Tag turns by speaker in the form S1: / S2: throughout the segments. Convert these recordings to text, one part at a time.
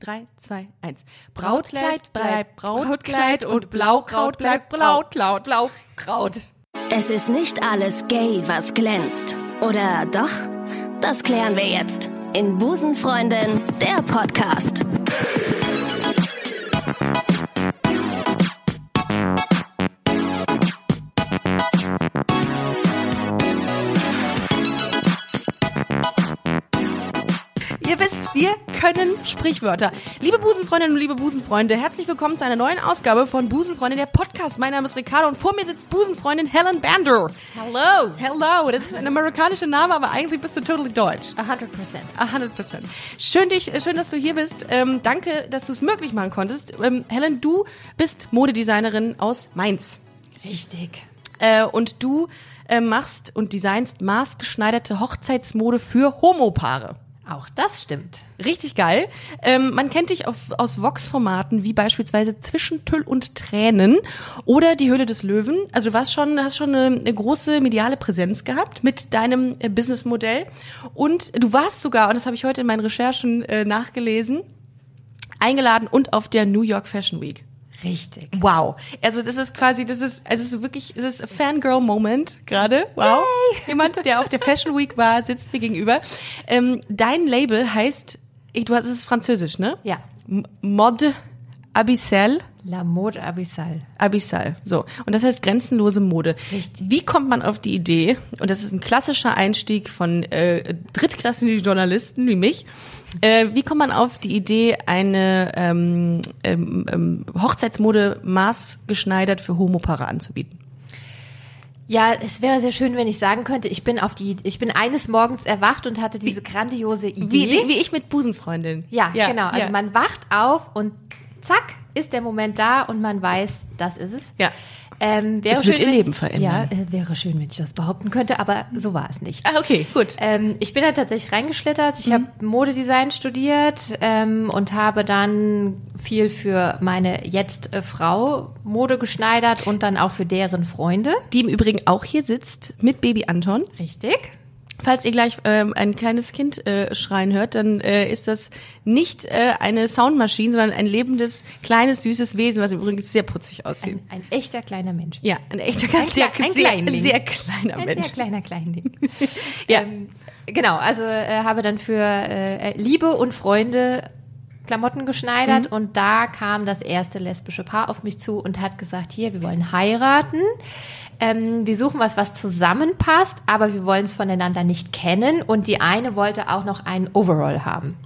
S1: 3, 2, 1.
S2: Brautkleid bleibt
S1: Brautkleid und Blaukraut bleibt Blaukraut.
S2: Blaukraut.
S3: Es ist nicht alles gay, was glänzt. Oder doch? Das klären wir jetzt in Busenfreundin, der Podcast.
S1: Ihr wisst, wir können Sprichwörter. Liebe Busenfreundinnen und liebe Busenfreunde, herzlich willkommen zu einer neuen Ausgabe von Busenfreunde, der Podcast. Mein Name ist Ricardo und vor mir sitzt Busenfreundin Helen Bander.
S2: Hello.
S1: Hello, das ist ein amerikanischer Name, aber eigentlich bist du totally deutsch.
S2: 100%.
S1: 100%. Schön, dich, äh, schön, dass du hier bist. Ähm, danke, dass du es möglich machen konntest. Ähm, Helen, du bist Modedesignerin aus Mainz.
S2: Richtig.
S1: Äh, und du äh, machst und designst maßgeschneiderte Hochzeitsmode für Homopaare.
S2: Auch das stimmt.
S1: Richtig geil. Ähm, man kennt dich auf, aus Vox-Formaten wie beispielsweise Zwischen Tüll und Tränen oder Die Höhle des Löwen. Also du warst schon, hast schon eine, eine große mediale Präsenz gehabt mit deinem äh, Businessmodell. Und du warst sogar, und das habe ich heute in meinen Recherchen äh, nachgelesen, eingeladen und auf der New York Fashion Week.
S2: Richtig.
S1: Wow. Also das ist quasi, das ist, also es ist wirklich, es ist Fangirl-Moment gerade. Wow. Jemand, der auf der Fashion Week war, sitzt mir gegenüber. Ähm, dein Label heißt, ich, du hast, es ist französisch, ne?
S2: Ja.
S1: M- Mod Abyssal.
S2: La Mode Abyssal.
S1: Abyssal. So. Und das heißt grenzenlose Mode.
S2: Richtig.
S1: Wie kommt man auf die Idee, und das ist ein klassischer Einstieg von äh, drittklassigen Journalisten wie mich, äh, wie kommt man auf die Idee, eine ähm, ähm, ähm, Hochzeitsmode maßgeschneidert für Homopaare anzubieten?
S2: Ja, es wäre sehr schön, wenn ich sagen könnte, ich bin auf die, ich bin eines Morgens erwacht und hatte diese grandiose Idee.
S1: Wie, wie, wie ich mit Busenfreundin.
S2: Ja, genau. Also
S1: ja.
S2: man wacht auf und zack ist der Moment da und man weiß, das ist es.
S1: Ja.
S2: Ähm, wäre
S1: Es wird
S2: schön,
S1: ihr
S2: wenn-
S1: Leben ne? verändern.
S2: Ja, äh, wäre schön, wenn ich das behaupten könnte, aber so war es nicht.
S1: Ah, okay, gut.
S2: Ähm, ich bin da tatsächlich reingeschlittert. Ich
S1: Mhm.
S2: habe Modedesign studiert ähm, und habe dann viel für meine jetzt äh, Frau Mode geschneidert und dann auch für deren Freunde.
S1: Die im Übrigen auch hier sitzt mit Baby Anton.
S2: Richtig.
S1: Falls ihr gleich ähm, ein kleines Kind äh, schreien hört, dann äh, ist das nicht äh, eine Soundmaschine, sondern ein lebendes, kleines, süßes Wesen, was übrigens sehr putzig aussieht.
S2: Ein, ein echter kleiner Mensch.
S1: ja, ein echter, ganz sehr,
S2: Kle- ein
S1: sehr,
S2: Kleinling.
S1: sehr kleiner
S2: Ein
S1: Mensch.
S2: sehr kleiner Kleinling.
S1: ja.
S2: Ähm, genau, also äh, habe dann für äh, Liebe und Freunde Klamotten geschneidert
S1: Mhm.
S2: und da kam das erste lesbische Paar auf mich zu und hat gesagt, hier, wir wollen heiraten. Ähm, wir suchen was, was zusammenpasst, aber wir wollen es voneinander nicht kennen. Und die eine wollte auch noch einen Overall haben.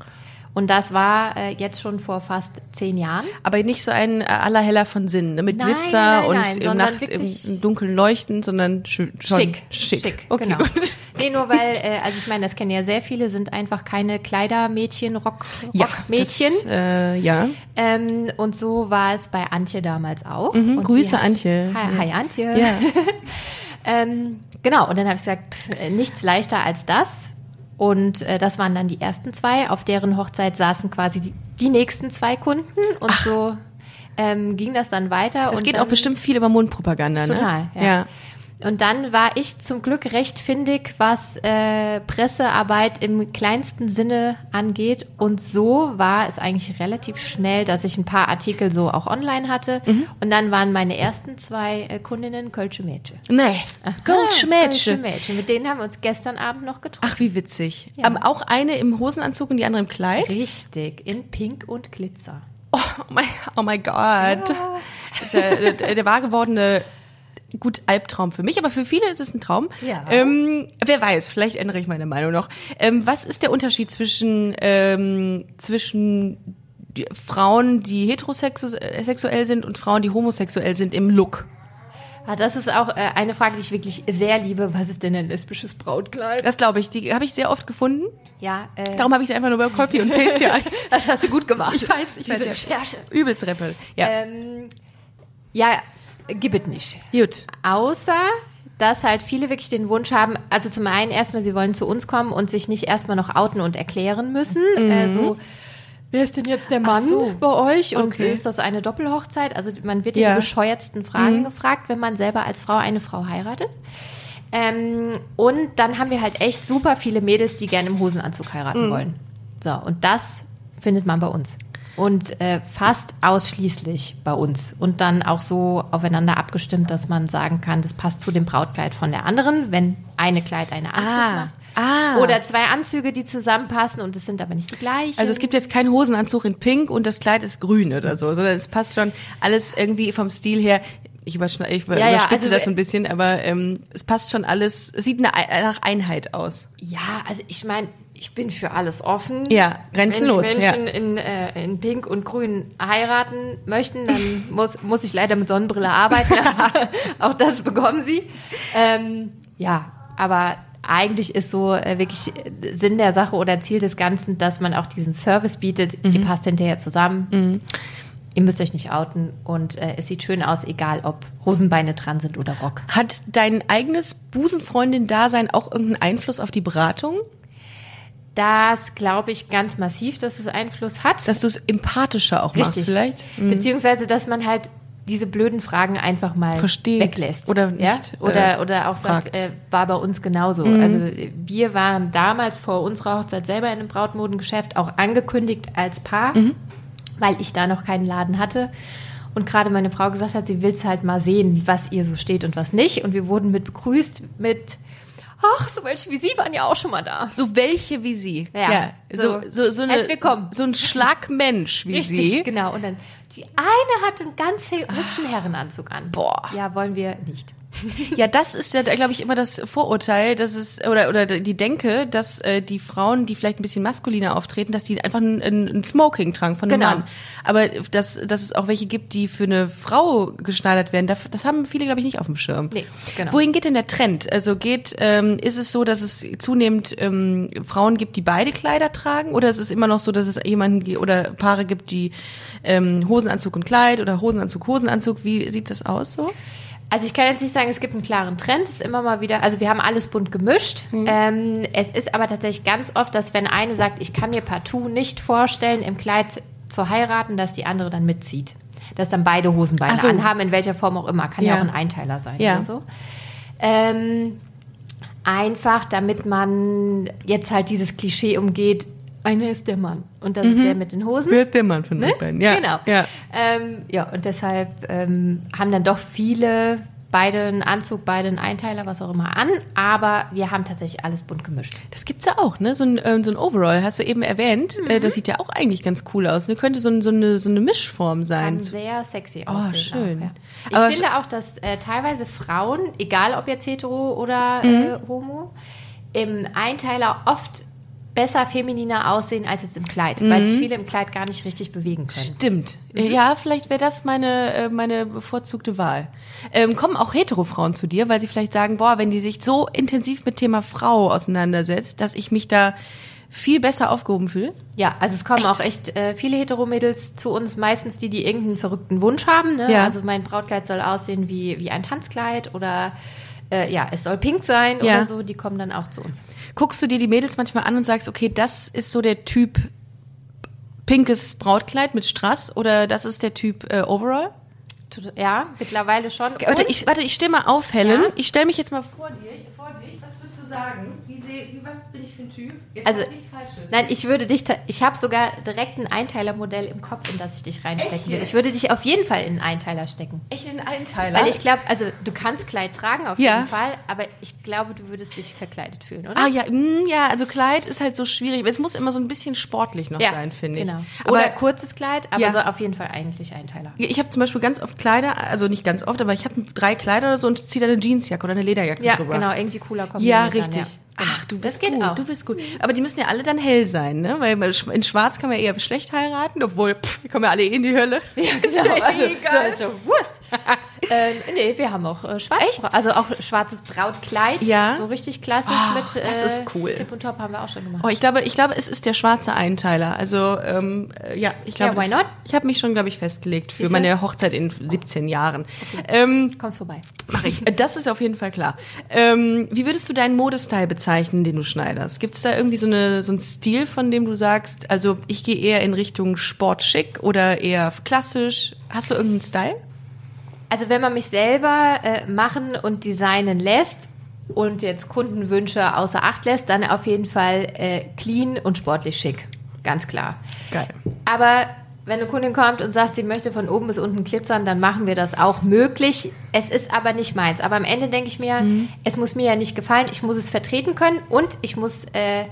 S2: Und das war äh, jetzt schon vor fast zehn Jahren.
S1: Aber nicht so ein äh, allerheller von Sinn, ne? mit
S2: Nein,
S1: Glitzer
S2: nein,
S1: und
S2: nein,
S1: im
S2: sondern
S1: Nacht im,
S2: wirklich-
S1: im Dunkeln leuchten, sondern schön, schon
S2: schick.
S1: schick. Okay,
S2: okay, genau.
S1: gut.
S2: Nee, nur weil, äh, also ich meine, das kennen ja sehr viele, sind einfach keine Kleidermädchen, Rock,
S1: Ja,
S2: Rockmädchen.
S1: Das, äh, ja.
S2: Ähm, und so war es bei Antje damals auch. und
S1: Mhm. Grüße,
S2: sie hat-
S1: Antje.
S2: Hi, hi Antje.
S1: ja.
S2: Ähm, genau, und dann habe ich gesagt, pff, äh, nichts leichter als das. Und äh, das waren dann die ersten zwei, auf deren Hochzeit saßen quasi die, die nächsten zwei Kunden. Und so ähm, ging das dann weiter.
S1: Es
S2: und
S1: geht
S2: dann,
S1: auch bestimmt viel über Mundpropaganda,
S2: Total,
S1: ne?
S2: ja. Und dann war ich zum Glück recht findig, was äh, Pressearbeit im kleinsten Sinne angeht. Und so war es eigentlich relativ schnell, dass ich ein paar Artikel so auch online hatte.
S1: Mhm.
S2: Und dann waren meine ersten zwei äh, Kundinnen Kölsche Mädchen.
S1: Nee. Ah, Kölsche
S2: Kölsche
S1: Mädchen.
S2: Mädchen. Mit denen haben wir uns gestern Abend noch getroffen.
S1: Ach, wie witzig.
S2: Ja.
S1: Ähm, auch eine im Hosenanzug und die andere im Kleid.
S2: Richtig, in Pink und Glitzer.
S1: Oh mein, oh mein Gott. Das ist ja äh, der, der wahr gewordene, gut, Albtraum für mich, aber für viele ist es ein Traum.
S2: Ja.
S1: Ähm, wer weiß, vielleicht ändere ich meine Meinung noch. Ähm, was ist der Unterschied zwischen, ähm, zwischen die Frauen, die heterosexuell sind und Frauen, die homosexuell sind im Look?
S2: Ah, das ist auch äh, eine Frage, die ich wirklich sehr liebe. Was ist denn ein lesbisches Brautkleid?
S1: Das glaube ich, die habe ich sehr oft gefunden.
S2: Ja, äh,
S1: Darum habe ich sie einfach nur über Copy und Paste hier ein-
S2: das hast du gut gemacht.
S1: Ich weiß, ich
S2: Diese
S1: weiß, ja.
S2: Recherche.
S1: Übelst Rappel. Ja,
S2: Ähm, ja, gibt es nicht.
S1: gut.
S2: Außer, dass halt viele wirklich den Wunsch haben, also zum einen erstmal, sie wollen zu uns kommen und sich nicht erstmal noch outen und erklären müssen. Äh, so, wer ist denn jetzt der Mann
S1: so.
S2: bei euch? Und
S1: Okay.
S2: ist das eine Doppelhochzeit? Also man wird
S1: Ja. Mhm.
S2: die bescheuertsten Fragen gefragt, wenn man selber als Frau eine Frau heiratet. Ähm, und dann haben wir halt echt
S1: Mhm.
S2: super viele Mädels, die gerne im Hosenanzug heiraten wollen. So, und das findet man bei uns. und äh, fast ausschließlich bei uns und dann auch so aufeinander abgestimmt, dass man sagen kann, das passt zu dem Brautkleid von der anderen, wenn eine Kleid eine Anzug
S1: Ah,
S2: macht.
S1: ah.
S2: Oder zwei Anzüge, die zusammenpassen und es sind aber nicht die gleichen.
S1: Also es gibt jetzt keinen Hosenanzug in Pink und das Kleid ist grün oder so, sondern es passt schon alles irgendwie vom Stil her. Ich, überschne ich über-
S2: Ja, ja,
S1: überspitze
S2: also
S1: das
S2: wir-
S1: so ein bisschen, aber ähm, es passt schon alles. Es sieht eine, Ei- nach Einheit aus.
S2: Ja, also ich meine, ich bin für alles offen.
S1: Ja, grenzenlos,
S2: Wenn die
S1: ja.
S2: Menschen in, äh, in Pink und Grün heiraten möchten, dann muss, muss ich leider mit Sonnenbrille arbeiten. aber Auch das bekommen sie. Ähm, ja, aber eigentlich ist so äh, wirklich äh, Sinn der Sache oder Ziel des Ganzen, dass man auch diesen Service bietet.
S1: Mhm.
S2: Ihr passt hinterher zusammen. Ihr müsst euch nicht outen und äh, es sieht schön aus, egal ob Hosenbeine dran sind oder Rock.
S1: Hat dein eigenes Busenfreundin-Dasein auch irgendeinen Einfluss auf die Beratung?
S2: Das glaube ich ganz massiv, dass es Einfluss hat.
S1: Dass du es empathischer auch machst vielleicht? Mhm.
S2: Beziehungsweise, dass man halt diese blöden Fragen einfach mal
S1: Versteht.
S2: weglässt.
S1: Oder
S2: ja?
S1: nicht,
S2: oder,
S1: äh,
S2: oder auch
S1: fragt. Mhm.
S2: sagt, äh, war bei uns genauso. Also äh, wir waren damals vor unserer Hochzeit selber in einem Brautmodengeschäft auch angekündigt als Paar,
S1: Mhm.
S2: weil ich da noch keinen Laden hatte. Und gerade meine Frau gesagt hat, sie will es halt mal sehen, was ihr so steht und was nicht. Und wir wurden mit begrüßt mit, ach, so welche wie Sie waren ja auch schon mal da.
S1: So welche wie sie.
S2: Ja,
S1: So, Also so, so, eine,
S2: Herzlich willkommen.
S1: So ein Schlagmensch wie
S2: Richtig,
S1: sie. Ah.
S2: genau. Und dann, die eine hat einen ganz he- hübschen Herrenanzug an.
S1: Boah.
S2: Ja, wollen wir nicht.
S1: Ja, das ist ja, glaube ich, immer das Vorurteil, dass es oder oder die Denke, dass äh, die Frauen, die vielleicht ein bisschen maskuliner auftreten, dass die einfach ein, ein, ein Smoking tragen von einem
S2: Genau.
S1: Mann. Aber dass, dass es auch welche gibt, die für eine Frau geschneidert werden, das, das haben viele, glaube ich, nicht auf dem Schirm.
S2: Nee, genau.
S1: Wohin geht denn der Trend? Also geht, ähm, ist es so, dass es zunehmend ähm, Frauen gibt, die beide Kleider tragen, oder ist es immer noch so, dass es jemanden ge- oder Paare gibt, die ähm, Hosenanzug und Kleid oder Hosenanzug, Hosenanzug? Wie sieht das aus so?
S2: Also ich kann jetzt nicht sagen, es gibt einen klaren Trend, es ist immer mal wieder, also wir haben alles bunt gemischt.
S1: Mhm.
S2: Ähm, es ist aber tatsächlich ganz oft, dass wenn eine sagt, ich kann mir partout nicht vorstellen, im Kleid zu heiraten, dass die andere dann mitzieht. Dass dann beide Hosenbeine
S1: Ach so.
S2: anhaben, in welcher Form auch immer. Kann ja,
S1: Ja.
S2: auch ein Einteiler sein
S1: Ja.
S2: oder so. Ähm, einfach, damit man jetzt halt dieses Klischee umgeht, einer ist der Mann und das
S1: Mhm.
S2: ist der mit den Hosen.
S1: Wird der Mann von den beiden, ja.
S2: Genau.
S1: Ja.
S2: Ähm, ja, und deshalb ähm, haben dann doch viele beide einen Anzug, beide einen Einteiler, was auch immer an. Aber wir haben tatsächlich alles bunt gemischt.
S1: Das gibt's ja auch, ne? So ein, ähm, so ein Overall, hast du eben erwähnt. Äh, das sieht ja auch eigentlich ganz cool aus. Ne? Könnte so, ein, so, eine, so eine Mischform sein.
S2: Kann sehr sexy
S1: Oh,
S2: aussehen.
S1: schön.
S2: Auch, ja. Ich
S1: Aber
S2: finde auch, dass äh, teilweise Frauen, egal ob jetzt hetero oder
S1: Mhm.
S2: äh, homo, im Einteiler oft besser femininer aussehen als jetzt im Kleid, weil
S1: Mhm.
S2: sich viele im Kleid gar nicht richtig bewegen können.
S1: Stimmt. Äh, Ja, vielleicht wäre das meine, äh, meine bevorzugte Wahl. Ähm, kommen auch Hetero-Frauen zu dir, weil sie vielleicht sagen, boah, wenn die sich so intensiv mit Thema Frau auseinandersetzt, dass ich mich da viel besser aufgehoben fühle.
S2: Ja, also es kommen auch echt äh, viele Heteromädels zu uns, meistens die, die irgendeinen verrückten Wunsch haben. Ne?
S1: Ja.
S2: Also mein Brautkleid soll aussehen wie, wie ein Tanzkleid oder äh, ja, es soll pink sein
S1: Ja.
S2: oder so, die kommen dann auch zu uns.
S1: Guckst du dir die Mädels manchmal an und sagst, okay, das ist so der Typ pinkes Brautkleid mit Strass oder das ist der Typ äh, Overall?
S2: Tut- Ja, mittlerweile schon.
S1: Okay, Warte,
S2: Und-
S1: ich, warte, ich stehe mal auf, Helen.
S2: Ja.
S1: Ich stelle mich jetzt mal vor dir, vor dich. Was würdest du sagen? Wie seh, wie, was bin ich für ein Typ? Jetzt
S2: Also-
S1: sag nichts Falsches.
S2: Nein, ich würde dich, ta- ich habe sogar direkt ein Einteilermodell im Kopf, in das ich dich
S1: Echt
S2: reinstecken will.
S1: jetzt?
S2: Ich würde dich auf jeden Fall in einen Einteiler stecken.
S1: Echt in einen Teiler.
S2: Weil ich glaube, also du kannst Kleid tragen auf
S1: Ja.
S2: jeden Fall, aber ich glaube, du würdest dich verkleidet fühlen, oder?
S1: Ah ja, mh, ja, also Kleid ist halt so schwierig. Es muss immer so ein bisschen sportlich noch
S2: Ja,
S1: sein, finde ich.
S2: Genau.
S1: Aber
S2: Oder kurzes Kleid, aber
S1: Ja.
S2: so auf jeden Fall eigentlich Einteiler.
S1: ich habe zum Beispiel ganz oft Kleider, also nicht ganz oft, aber ich habe drei Kleider oder so und ziehe da eine Jeansjacke oder eine Lederjacke
S2: Ja,
S1: drüber.
S2: genau, irgendwie cooler kombiniert.
S1: Ja,
S2: dann,
S1: richtig.
S2: Genau.
S1: Ach, du
S2: Das
S1: bist
S2: geht
S1: gut.
S2: auch.
S1: Du bist gut. Aber die müssen ja alle dann hell sein, ne? Weil in Schwarz kann man eher schlecht heiraten, obwohl pff, wir kommen ja alle eh in die Hölle.
S2: Ja, genau,
S1: ja eh
S2: also,
S1: egal.
S2: so ist ja Wurst. ähm, nee, wir haben auch äh, schwarz, also auch schwarzes Brautkleid,
S1: Ja.
S2: so richtig klassisch
S1: Ah,
S2: mit äh,
S1: das ist cool.
S2: Tip und Top haben wir auch schon gemacht.
S1: Oh, ich glaube, ich glaube, es ist der schwarze Einteiler. Also ähm, äh, ja, ich glaube,
S2: Ja, why
S1: das-
S2: not?
S1: ich habe mich schon, glaube ich, festgelegt für
S2: Siehste?
S1: meine Hochzeit in 17 Jahren. Ähm,
S2: Kommst vorbei.
S1: Mache ich. Äh, Das ist auf jeden Fall klar. Ähm, wie würdest du deinen Modestyle bezeichnen, den du schneiderst? Gibt es da irgendwie so, eine, so einen Stil, von dem du sagst, also ich gehe eher in Richtung sportschick oder eher klassisch? Hast du irgendeinen Style?
S2: Also wenn man mich selber äh, machen und designen lässt und jetzt Kundenwünsche außer Acht lässt, dann auf jeden Fall äh, clean und sportlich schick. Ganz klar.
S1: Geil.
S2: Aber Wenn eine Kundin kommt und sagt, sie möchte von oben bis unten glitzern, dann machen wir das auch möglich. Es ist aber nicht meins. Aber am Ende denke ich mir, es muss mir ja nicht gefallen, ich muss es vertreten können und ich muss äh,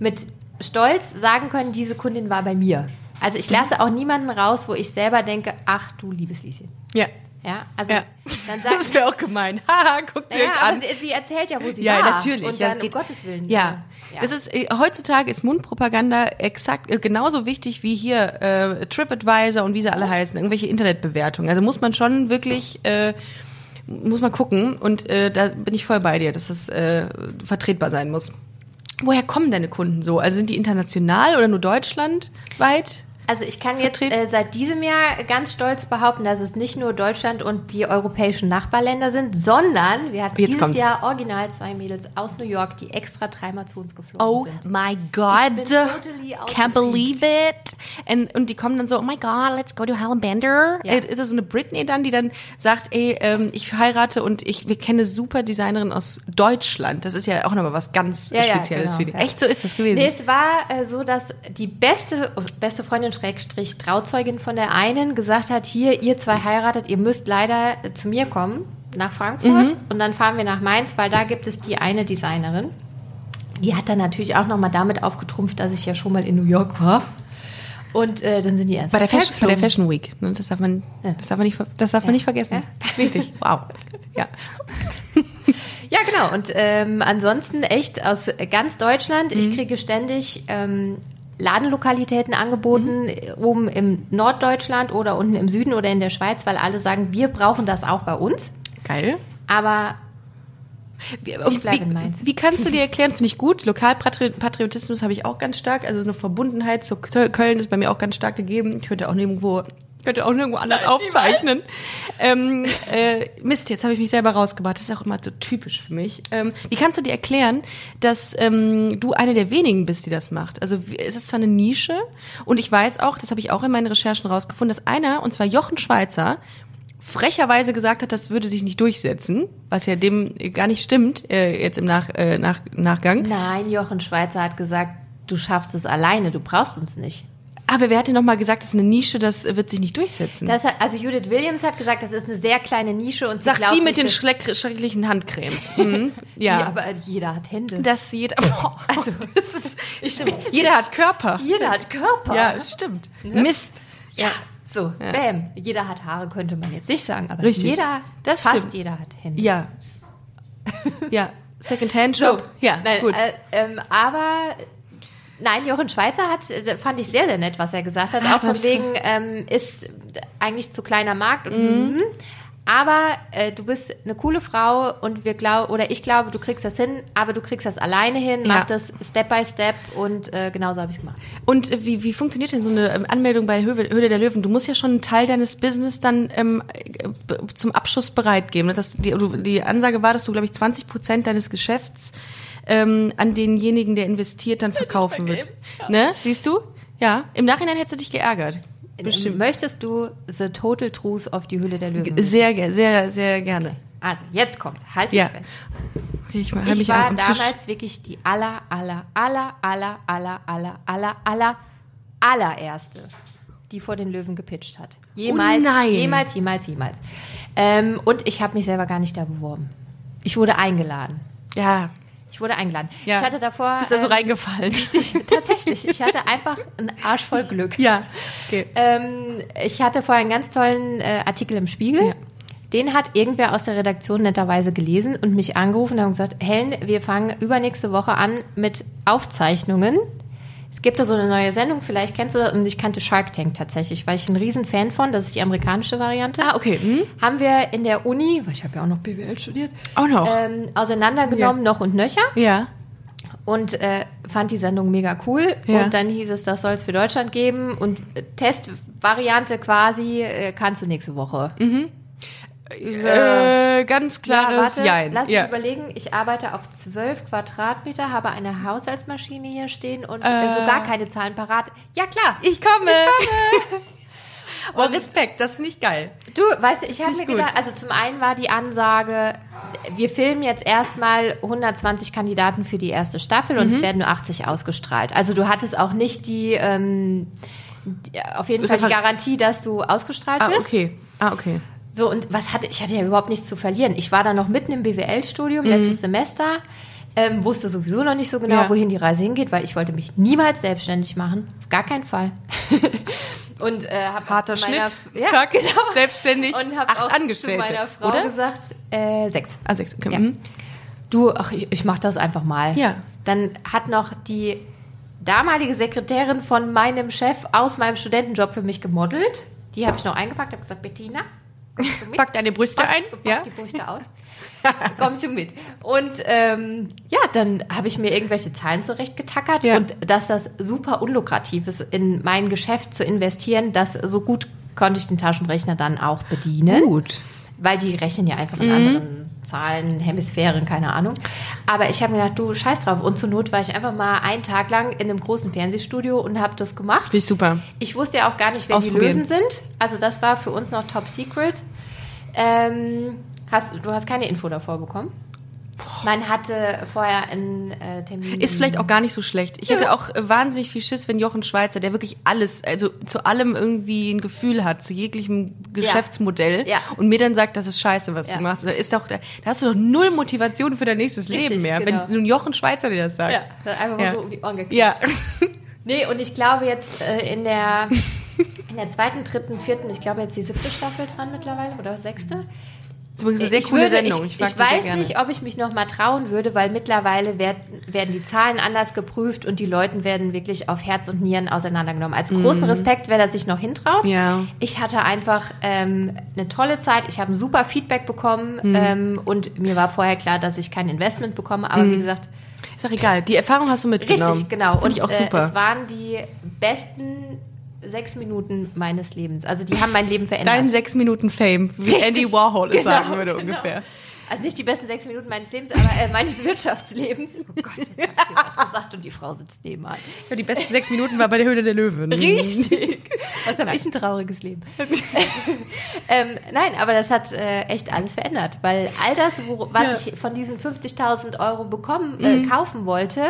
S2: mit Stolz sagen können, diese Kundin war bei mir. Also ich lasse auch niemanden raus, wo ich selber denke, ach du liebes Lieschen.
S1: Ja.
S2: Ja, also
S1: ja.
S2: dann sag
S1: Das wäre auch gemein. Haha, guckt ihr
S2: ja,
S1: euch
S2: aber
S1: an.
S2: sie, sie erzählt ja, wo sie
S1: Ja,
S2: war.
S1: natürlich.
S2: Und
S1: ja,
S2: dann,
S1: es
S2: um Gottes Willen.
S1: Ja.
S2: ja.
S1: Es ist, äh, heutzutage ist Mundpropaganda exakt äh, genauso wichtig wie hier äh, TripAdvisor und wie sie alle heißen, irgendwelche Internetbewertungen. Also muss man schon wirklich, äh, muss man gucken. Und äh, da bin ich voll bei dir, dass das äh, vertretbar sein muss. Woher kommen deine Kunden so? Also sind die international oder nur deutschlandweit?
S2: Also ich kann jetzt
S1: vertreten?
S2: äh, seit diesem Jahr ganz stolz behaupten, dass es nicht nur Deutschland und die europäischen Nachbarländer sind, sondern wir hatten
S1: Jetzt
S2: dieses
S1: kommt's.
S2: Jahr original zwei Mädels aus New York, die extra dreimal zu uns geflogen
S1: Oh
S2: sind.
S1: my God.
S2: Ich bin totally
S1: Can't
S2: outgefixt.
S1: believe it. And, und die kommen dann so, oh my God, let's go to Hellbender.
S2: Ja.
S1: Äh, Ist das so eine Britney dann, die dann sagt, ey, ähm, ich heirate und ich, wir kennen eine super Designerin aus Deutschland. Das ist ja auch nochmal was ganz
S2: Ja, ja,
S1: Spezielles
S2: genau,
S1: für die.
S2: ja.
S1: Echt so ist das gewesen.
S2: Nee, es war äh, so, dass die beste, oh, beste Freundin Schrägstrich Trauzeugin von der einen gesagt hat, hier, ihr zwei heiratet, ihr müsst leider äh, zu mir kommen, nach Frankfurt
S1: Mhm.
S2: und dann fahren wir nach Mainz, weil da gibt es die eine Designerin. Die hat dann natürlich auch nochmal damit aufgetrumpft, dass ich ja schon mal in New York war. Und äh, dann sind die ernst.
S1: bei, der Fashion, bei der Fashion Week. Ne? Das darf man,
S2: Ja.
S1: das darf man nicht, ver- das darf man nicht vergessen.
S2: Ja.
S1: Das ist wichtig. Wow. Ja.
S2: Ja, genau. Und ähm, ansonsten echt aus ganz Deutschland.
S1: Mhm.
S2: Ich kriege ständig ähm, Ladenlokalitäten angeboten,
S1: Mhm.
S2: äh, oben im Norddeutschland oder unten im Süden oder in der Schweiz, weil alle sagen, wir brauchen das auch bei uns.
S1: Geil.
S2: Aber
S1: Wie,
S2: Ich bleibe in Mainz.
S1: Wie, wie kannst du dir erklären, finde ich gut, Lokalpatriotismus habe ich auch ganz stark, also so eine Verbundenheit zu Kö- Köln ist bei mir auch ganz stark gegeben. Ich könnte auch nirgendwo, ich könnte auch nirgendwo anders aufzeichnen. Ähm, äh, Mist, jetzt habe ich mich selber rausgebracht. Das ist auch immer so typisch für mich. Ähm, wie kannst du dir erklären, dass ähm, du eine der wenigen bist, die das macht? Also wie- es ist zwar eine Nische und ich weiß auch, das habe ich auch in meinen Recherchen rausgefunden, dass einer, und zwar Jochen Schweizer, frecherweise gesagt hat, das würde sich nicht durchsetzen, was ja dem gar nicht stimmt, äh, jetzt im Nach, äh, Nach, Nachgang.
S2: nein, Jochen Schweizer hat gesagt, du schaffst es alleine, du brauchst uns nicht.
S1: Aber wer hat denn nochmal gesagt, das ist eine Nische, das äh, wird sich nicht durchsetzen?
S2: Das hat, also Judith Williams hat gesagt, das ist eine sehr kleine Nische und sie
S1: Sagt
S2: glaubt
S1: die mit
S2: nicht,
S1: den
S2: dass-
S1: schleck- schrecklichen Handcremes. Mhm.
S2: Die,
S1: Ja.
S2: aber jeder hat Hände.
S1: dass jeder, boah, also, das ist,
S2: Ich bitte
S1: jeder
S2: dich.
S1: hat Körper.
S2: Jeder hat Körper.
S1: Ja, es stimmt. Mist.
S2: Ja, so, bam. Jeder hat Haare, könnte man jetzt nicht sagen, aber
S1: Richtig.
S2: jeder,
S1: Das
S2: fast
S1: stimmt.
S2: jeder hat Hände.
S1: Ja. Ja. Secondhand-Shop.
S2: So,
S1: ja,
S2: nein,
S1: gut.
S2: Äh, ähm, aber nein, Jochen Schweizer hat, äh, fand ich sehr, sehr nett, was er gesagt hat.
S1: Ah,
S2: auch von
S1: hab ich's ver-
S2: wegen, ähm, ist eigentlich zu kleiner Markt und mhm. aber äh, du bist eine coole Frau und wir glauben, oder ich glaube, du kriegst das hin, aber du kriegst das alleine hin,
S1: Ja.
S2: mach das Step by Step und äh, genauso habe ich es gemacht.
S1: Und äh, wie, wie funktioniert denn so eine ähm, Anmeldung bei Höhe, Höhle der Löwen? Du musst ja schon einen Teil deines Business dann ähm, äh, b- zum Abschuss bereitgeben. ne? Das, die, du- die Ansage war, dass du, glaube ich, 20 Prozent deines Geschäfts ähm, an denjenigen, der investiert, dann verkaufen wird. Ne? Siehst du? Ja. Im Nachhinein hättest du dich geärgert.
S2: Ähm,
S1: Bestimmt.
S2: Möchtest du The Total Truth auf die Höhle der Löwen?
S1: Sehr, ge- sehr, sehr gerne.
S2: Also, jetzt kommt, halt dich
S1: Ja.
S2: fest.
S1: Okay, ich halte
S2: Ich
S1: mich
S2: war
S1: am, am Tisch.
S2: damals wirklich die aller, aller, aller, aller, aller, aller, aller, aller, allererste, die vor den Löwen gepitcht hat. Jemals,
S1: Oh nein.
S2: jemals, jemals, jemals. Ähm, und ich habe mich selber gar nicht da beworben. Ich wurde eingeladen.
S1: Ja.
S2: Ich wurde eingeladen.
S1: ja.
S2: Ich hatte davor
S1: Bist da so
S2: ähm,
S1: reingefallen.
S2: richtig, tatsächlich. Ich hatte einfach einen Arsch voll Glück.
S1: Ja. Okay.
S2: Ähm, ich hatte vorher einen ganz tollen äh, Artikel im Spiegel.
S1: Ja.
S2: Den hat irgendwer aus der Redaktion netterweise gelesen und mich angerufen und haben gesagt, Helen, wir fangen übernächste Woche an mit Aufzeichnungen. Es gibt da so eine neue Sendung, vielleicht kennst du das. Und ich kannte Shark Tank tatsächlich, weil ich ein riesen Fan von, das ist die amerikanische Variante.
S1: Ah, okay. Hm?
S2: Haben wir in der Uni, weil ich habe ja auch noch BWL studiert,
S1: Auch noch.
S2: ähm, auseinandergenommen, noch und nöcher
S1: ja.
S2: und äh, fand die Sendung mega cool.
S1: Ja.
S2: Und dann hieß es, das soll es für Deutschland geben. Und äh, Testvariante quasi äh, kannst du nächste Woche.
S1: Äh, ganz klares
S2: warte,
S1: Jein.
S2: lass
S1: Mhm. ja.
S2: mich überlegen. Ich arbeite auf 12 Quadratmeter, habe eine Haushaltsmaschine hier stehen und
S1: Äh.
S2: äh, sogar keine Zahlen parat. Ja klar,
S1: Ich komme. Ich komme. Boah, Respekt, das finde ich geil.
S2: Du, weißt du, ich habe
S1: nicht
S2: mir
S1: gut.
S2: gedacht, also zum einen war die Ansage, wir filmen jetzt erstmal 120 Kandidaten
S1: Mhm.
S2: für die erste Staffel und es werden nur 80 ausgestrahlt. Also du hattest auch nicht die ähm, ja, auf jeden Fall
S1: Refer-
S2: die Garantie, dass du ausgestrahlt
S1: Ah,
S2: bist.
S1: okay. Ah, okay.
S2: So, und was hatte ich? hatte ja überhaupt nichts zu verlieren. Ich war da noch mitten im BWL-Studium, letztes Semester, ähm, wusste sowieso noch nicht so genau,
S1: Mhm. Ja.
S2: wohin die Reise hingeht, weil ich wollte mich niemals selbstständig machen. Auf gar keinen Fall. und äh, hab
S1: Harter
S2: zu meiner-
S1: Schnitt.
S2: Ja,
S1: Zack.
S2: genau.
S1: Selbstständig.
S2: Und hab
S1: acht
S2: auch
S1: Angestellte.
S2: zu meiner Frau
S1: oder?
S2: gesagt, äh, sechs.
S1: Ah, sechs. Okay.
S2: Ja.
S1: mhm.
S2: Du, ach, ich, ich mach das einfach mal.
S1: Ja.
S2: Dann hat noch die damalige Sekretärin von meinem Chef aus meinem Studentenjob für mich gemodelt. Die habe ich noch eingepackt, habe gesagt, Bettina, kommst du mit?
S1: Pack deine Brüste
S2: Pack-
S1: ein.
S2: pack
S1: Ja.
S2: die Brüste aus. Kommst du mit? Und ähm, ja, dann habe ich mir irgendwelche Zahlen zurechtgetackert
S1: Ja.
S2: und dass das super unlukrativ ist, in mein Geschäft zu investieren, das so gut konnte ich den Taschenrechner dann auch bedienen.
S1: Gut.
S2: Weil die rechnen ja einfach
S1: Mhm.
S2: in anderen Zahlen, Hemisphären, keine Ahnung. Aber ich habe mir gedacht, du scheiß drauf. Und zur Not war ich einfach mal einen Tag lang in einem großen Fernsehstudio und habe das gemacht.
S1: Finde ich super.
S2: Ich wusste ja auch gar nicht, wer die
S1: Ausprobieren.
S2: Löwen sind. Also das war für uns noch Top Secret. Ähm, hast, du hast keine Info davor bekommen. Man hatte vorher einen äh, Termin.
S1: Ist vielleicht auch gar nicht so schlecht. Ich hätte auch äh, wahnsinnig viel Schiss, wenn Jochen Schweizer, der wirklich alles, also zu allem irgendwie ein Gefühl hat, zu jeglichem Geschäftsmodell
S2: Ja.
S1: und mir dann sagt, das ist scheiße, was
S2: Ja.
S1: du machst. Da, ist doch, da hast du doch null Motivation für dein nächstes
S2: Richtig,
S1: Leben mehr,
S2: genau.
S1: wenn so ein Jochen Schweizer dir das sagt.
S2: Ja, dann einfach mal
S1: Ja.
S2: so um die Ohren gekriegt.
S1: Ja.
S2: Nee, und ich glaube jetzt äh, in der in der zweiten, dritten, vierten, ich glaube jetzt die siebte Staffel dran mittlerweile oder sechste.
S1: Das ist übrigens eine sehr coole Sendung. Ich,
S2: Äh, Ich,
S1: mag
S2: ich
S1: die sehr
S2: weiß
S1: gerne.
S2: nicht, ob ich mich noch mal trauen würde, weil mittlerweile werd, werden die Zahlen anders geprüft und die Leuten werden wirklich auf Herz und Nieren auseinandergenommen. Also großen Respekt, wer da sich noch hintraut.
S1: Mhm. Ja.
S2: Ich hatte einfach ähm, eine tolle Zeit. Ich habe ein super Feedback bekommen
S1: Mhm.
S2: ähm, und mir war vorher klar, dass ich kein Investment bekomme. Aber wie gesagt,
S1: Ist doch egal. Die Erfahrung hast du mitgenommen.
S2: Richtig, genau.
S1: Mhm. Finde ich auch
S2: und Äh, es
S1: super.
S2: waren die besten sechs Minuten meines Lebens. Also die haben mein Leben verändert.
S1: Dein sechs Minuten Fame, wie
S2: genau. Richtig.
S1: Andy Warhol es
S2: Genau,
S1: sagen würde
S2: genau.
S1: ungefähr.
S2: also nicht die besten sechs Minuten meines Lebens, aber äh, meines Wirtschaftslebens. Oh Gott, jetzt hab ich hier was gesagt und die Frau sitzt nebenan.
S1: Ja, die besten sechs Minuten war bei der Höhle der Löwen.
S2: Richtig. Was habe ich ein trauriges Leben. ähm, nein, aber das hat äh, echt alles verändert, weil all das, wo, was ich von diesen 50.000 Euro bekommen, äh, kaufen wollte,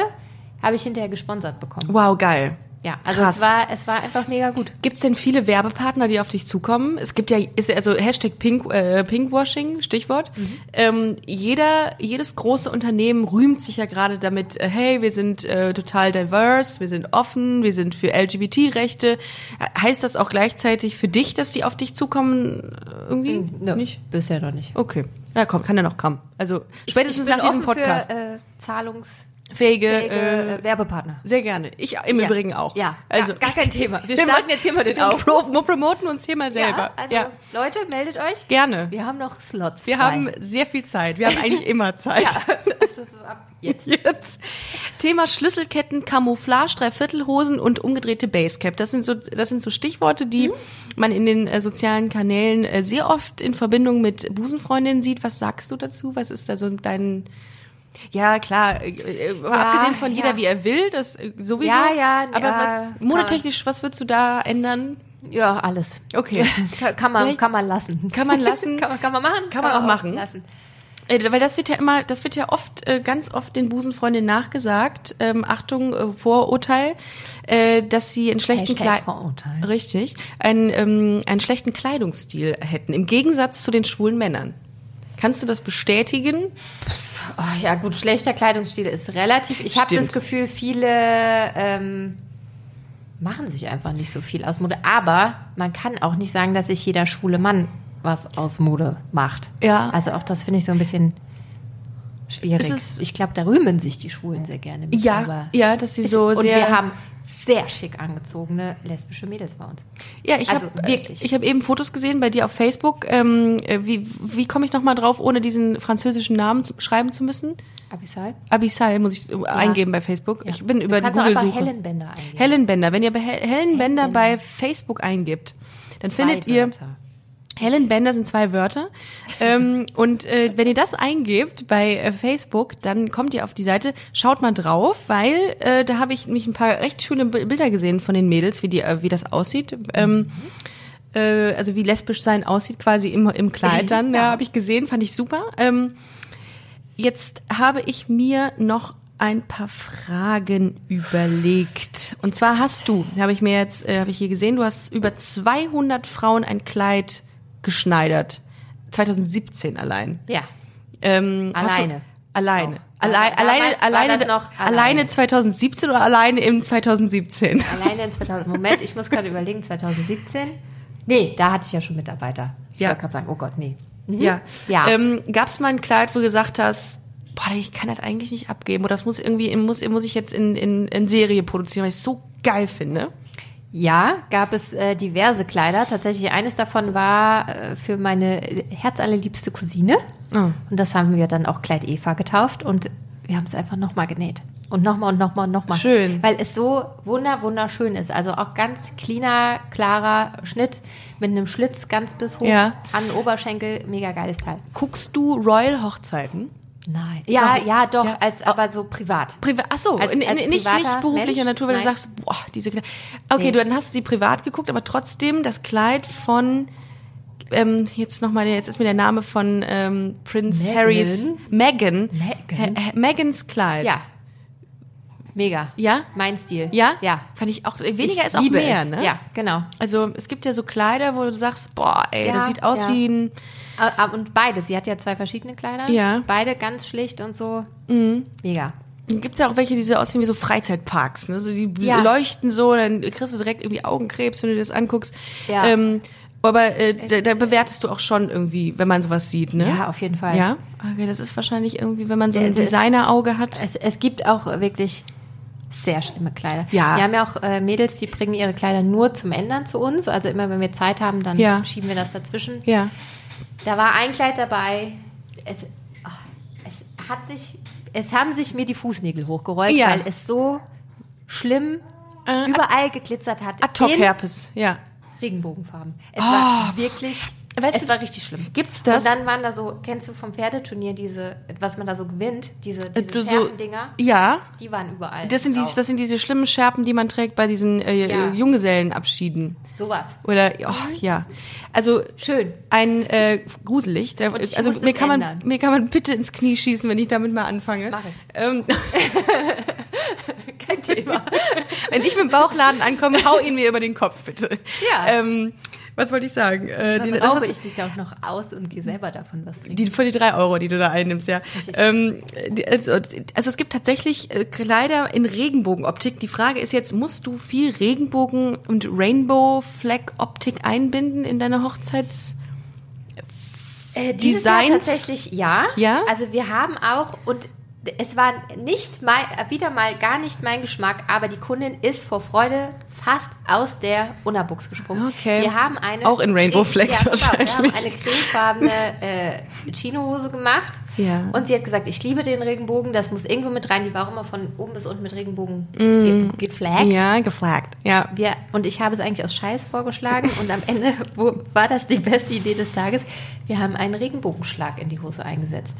S2: habe ich hinterher gesponsert bekommen.
S1: Wow, geil.
S2: Ja, also
S1: Krass.
S2: es war, es war einfach mega gut.
S1: Gibt's denn viele Werbepartner, die auf dich zukommen? Es gibt ja, ist ja also Hashtag Pink, äh, Pinkwashing, Stichwort.
S2: Mhm.
S1: Ähm, jeder, jedes große Unternehmen rühmt sich ja gerade damit, äh, hey, wir sind äh, total diverse, wir sind offen, wir sind für LGBT-Rechte. Heißt das auch gleichzeitig für dich, dass die auf dich zukommen? äh, Irgendwie?
S2: Nö,
S1: Nicht?
S2: Bisher noch nicht.
S1: Okay. Ja, komm, kann ja noch kommen. Also spätestens nach diesem Podcast.
S2: Für, äh, zahlungsfähige
S1: Fähige, äh,
S2: äh, Werbepartner.
S1: sehr gerne. Ich im
S2: Ja.
S1: Übrigen auch.
S2: Ja,
S1: also
S2: also, gar, gar kein Thema. Wir
S1: Wir
S2: starten
S1: machen-
S2: jetzt hier mal den
S1: wir
S2: auf.
S1: pro- wir promoten uns hier mal selber.
S2: Ja, also
S1: ja.
S2: Leute, meldet euch.
S1: Gerne.
S2: Wir haben noch Slots.
S1: Wir
S2: frei.
S1: haben sehr viel Zeit. Wir haben eigentlich immer Zeit.
S2: ja, also so ab jetzt.
S1: Jetzt. Thema Schlüsselketten, Camouflage, Dreiviertelhosen und umgedrehte Basecap. Das sind so, das sind so Stichworte, die man in den äh, sozialen Kanälen äh, sehr oft in Verbindung mit Busenfreundinnen sieht. Was sagst du dazu? Was ist da so dein ja, klar, äh, äh, abgesehen von jeder,
S2: ja.
S1: wie er will, das äh, sowieso.
S2: Ja, ja,
S1: Aber
S2: ja,
S1: was, modetechnisch, was würdest du da ändern?
S2: Ja, alles.
S1: Okay.
S2: Ka- Kann man,
S1: Vielleicht-
S2: kann man lassen.
S1: Kann man lassen.
S2: kann, man, kann man machen.
S1: Kann man auch machen.
S2: Lassen.
S1: Äh, Weil das wird ja immer, das wird ja oft, äh, ganz oft den Busenfreundinnen nachgesagt, ähm, Achtung, äh, Vorurteil, äh, dass sie einen schlechten
S2: Hashtag
S1: Kleid-
S2: Vorurteil.
S1: Richtig, einen, ähm, einen schlechten Kleidungsstil hätten, im Gegensatz zu den schwulen Männern. Kannst du das bestätigen?
S2: Oh, ja, gut, schlechter Kleidungsstil ist relativ. Ich habe
S1: Stimmt.
S2: das Gefühl, viele ähm, machen sich einfach nicht so viel aus Mode. Aber man kann auch nicht sagen, dass sich jeder schwule Mann was aus Mode macht.
S1: Ja.
S2: Also auch das finde ich so ein bisschen
S1: Es
S2: schwierig.
S1: ist-
S2: ich glaube, da rühmen sich die Schwulen sehr gerne. mit, aber-
S1: Ja, ja, dass sie so
S2: Und
S1: sehr.
S2: wir haben sehr schick angezogene lesbische Mädels bei uns.
S1: ja, ich
S2: also
S1: hab, äh,
S2: wirklich.
S1: Ich habe eben Fotos gesehen bei dir auf Facebook. Ähm, äh, wie wie komme ich noch mal drauf, ohne diesen französischen Namen zu, schreiben zu müssen?
S2: Abisal?
S1: Abyssal muss ich äh, eingeben bei Facebook. Ich bin über
S2: du
S1: die
S2: kannst auch einfach
S1: Google-Suche.
S2: Helen Bender eingeben.
S1: Helen Bender. Wenn ihr bei Hel Helen Bender
S2: Bender.
S1: bei Facebook eingibt, dann
S2: Zwei
S1: findet ihr
S2: Wörter.
S1: Helen Bender sind zwei Wörter. ähm, und äh, wenn ihr das eingebt bei äh, Facebook, dann kommt ihr auf die Seite. Schaut mal drauf, weil äh, da habe ich mich ein paar recht schöne Bi- Bilder gesehen von den Mädels, wie die, äh, wie das aussieht.
S2: Mhm.
S1: Ähm, äh, also wie lesbisch sein aussieht, quasi im, im Kleid dann. ja,
S2: Ja.
S1: habe ich gesehen, fand ich super. Ähm, jetzt habe ich mir noch ein paar Fragen überlegt. Und zwar hast du, habe ich mir jetzt, äh, habe ich hier gesehen, du hast über 200 Frauen ein Kleid geschneidert. 2017 allein.
S2: Ja.
S1: Ähm, hast
S2: Alleine.
S1: Du, alleine.
S2: Auch.
S1: Allein,
S2: Damals
S1: alleine,
S2: war
S1: alleine,
S2: das noch
S1: alleine
S2: alleine.
S1: 2017 oder alleine im 2017?
S2: Alleine in 2000. Moment, ich muss gerade überlegen, 2017? Nee, da hatte ich ja schon Mitarbeiter. Ich
S1: Ja.
S2: wollte gerade sagen, oh Gott, nee. Mhm.
S1: Ja.
S2: Ja.
S1: Ähm, Gab es mal ein Kleid, wo du gesagt hast, boah, ich kann das eigentlich nicht abgeben oder das muss irgendwie, muss, muss ich jetzt in, in, in Serie produzieren, weil ich es so geil finde?
S2: Ja, gab es äh, diverse Kleider. Tatsächlich eines davon war äh, für meine äh, herzallerliebste Cousine.
S1: Ah.
S2: Und das haben wir dann auch Kleid Eva getauft und wir haben es einfach nochmal genäht. Und nochmal und nochmal und nochmal.
S1: Schön.
S2: Weil es so wunder, wunderschön ist. Also auch ganz cleaner, klarer Schnitt mit einem Schlitz ganz bis hoch
S1: Ja.
S2: an den Oberschenkel. Mega geiles Teil.
S1: Guckst du Royal Hochzeiten?
S2: Nein. Ja,
S1: Doch.
S2: ja, doch,
S1: Ja.
S2: als aber so privat.
S1: Priva Ach so,
S2: Als-
S1: in, in,
S2: als
S1: nicht, nicht
S2: privater
S1: beruflicher
S2: Mensch?
S1: Natur, weil du
S2: Nein.
S1: sagst, boah, diese Kleider. Okay,
S2: Nee.
S1: du, dann hast du sie privat geguckt, aber trotzdem das Kleid von ähm, jetzt nochmal, jetzt ist mir der Name von ähm, Prince
S2: Meghan?
S1: Harrys Meghan.
S2: Meghan?
S1: He- he- Megans Kleid.
S2: Ja. Mega.
S1: Oh. Ja?
S2: Mein Stil.
S1: Ja?
S2: Ja.
S1: Fand ich auch, weniger
S2: Ich
S1: ist auch
S2: liebe
S1: mehr,
S2: es.
S1: ne?
S2: Ja, genau.
S1: Also es gibt ja so Kleider, wo du sagst, boah, ey,
S2: Ja,
S1: das sieht aus
S2: ja.
S1: wie ein.
S2: Ah, ah, Und beide. Sie hat ja zwei verschiedene Kleider.
S1: Ja. Mhm.
S2: Beide ganz schlicht und so. Mega.
S1: Gibt es ja auch welche, die so aussehen wie so Freizeitparks, ne? So die
S2: Ja.
S1: leuchten so, dann kriegst du direkt irgendwie Augenkrebs, wenn du dir das anguckst.
S2: Ja.
S1: Ähm, aber äh, da, da bewertest du auch schon irgendwie, wenn man sowas sieht, ne?
S2: Ja, auf jeden Fall.
S1: Ja? Okay, das ist wahrscheinlich irgendwie, wenn man so ein
S2: Ja, das-
S1: Designerauge hat.
S2: Es, es gibt auch wirklich sehr schlimme Kleider.
S1: Ja.
S2: Wir haben ja auch äh, Mädels, die bringen ihre Kleider nur zum Ändern zu uns. Also immer, wenn wir Zeit haben, dann
S1: Ja.
S2: schieben wir das dazwischen.
S1: Ja.
S2: Da war ein Kleid dabei. Es, ah, es hat sich, es haben sich mir die Fußnägel hochgerollt,
S1: Ja.
S2: weil es so schlimm
S1: Äh,
S2: überall geglitzert hat.
S1: Ad hoc
S2: In
S1: Herpes, ja.
S2: Regenbogenfarben. Es war wirklich,
S1: Oh. Weißt
S2: es
S1: du,
S2: war richtig schlimm.
S1: Gibt's das?
S2: Und dann waren da so, kennst du vom Pferdeturnier diese, was man da so gewinnt, diese,
S1: Äh,
S2: diese
S1: so-
S2: Schärpendinger,
S1: ja.
S2: die waren überall.
S1: Das sind,
S2: drauf.
S1: diese, das sind diese schlimmen Schärpen, die man trägt bei diesen äh,
S2: Ja.
S1: Junggesellenabschieden.
S2: Sowas.
S1: Oder, oh, ja. Also
S2: Mhm. Schön.
S1: ein äh, gruselig. Da,
S2: Und ich
S1: also
S2: muss
S1: mir
S2: es
S1: kann man
S2: ändern.
S1: mir kann man bitte ins Knie schießen, wenn ich damit mal anfange.
S2: Mach ich.
S1: Ähm,
S2: Kein Thema.
S1: wenn ich mit dem Bauchladen ankomme, hau ihn mir über den Kopf bitte.
S2: Ja.
S1: Ähm, was wollte ich sagen? Äh,
S2: Dann
S1: den- das
S2: raube
S1: hast-
S2: ich dich auch noch aus und gehe selber davon was trinken.
S1: die, für die drei Euro, die du da einnimmst, ja.
S2: Richtig.
S1: Ähm, die, also, also es gibt tatsächlich äh, Kleider in Regenbogenoptik. Die Frage ist jetzt, musst du viel Regenbogen- und Rainbow-Flag-Optik einbinden in deine Hochzeits...
S2: Äh, dieses Jahr
S1: Designs?
S2: tatsächlich ja.
S1: Ja?
S2: Also wir haben auch und es war nicht mal wieder mal gar nicht mein Geschmack, aber die Kundin ist vor Freude fast aus der Unterbuchs gesprungen.
S1: Okay.
S2: Wir haben eine
S1: Auch in Rainbow Flags
S2: ja, genau.
S1: wahrscheinlich.
S2: Wir haben eine cremefarbene äh, Chinohose gemacht.
S1: Ja.
S2: Und sie hat gesagt, ich liebe den Regenbogen, das muss irgendwo mit rein. Die war auch immer von oben bis unten mit Regenbogen ge geflaggt.
S1: Mm. Ja, geflaggt. Ja.
S2: Wir, und ich habe es eigentlich aus Scheiß vorgeschlagen und am Ende wo, war das die beste Idee des Tages. Wir haben einen Regenbogenschlag in die Hose eingesetzt.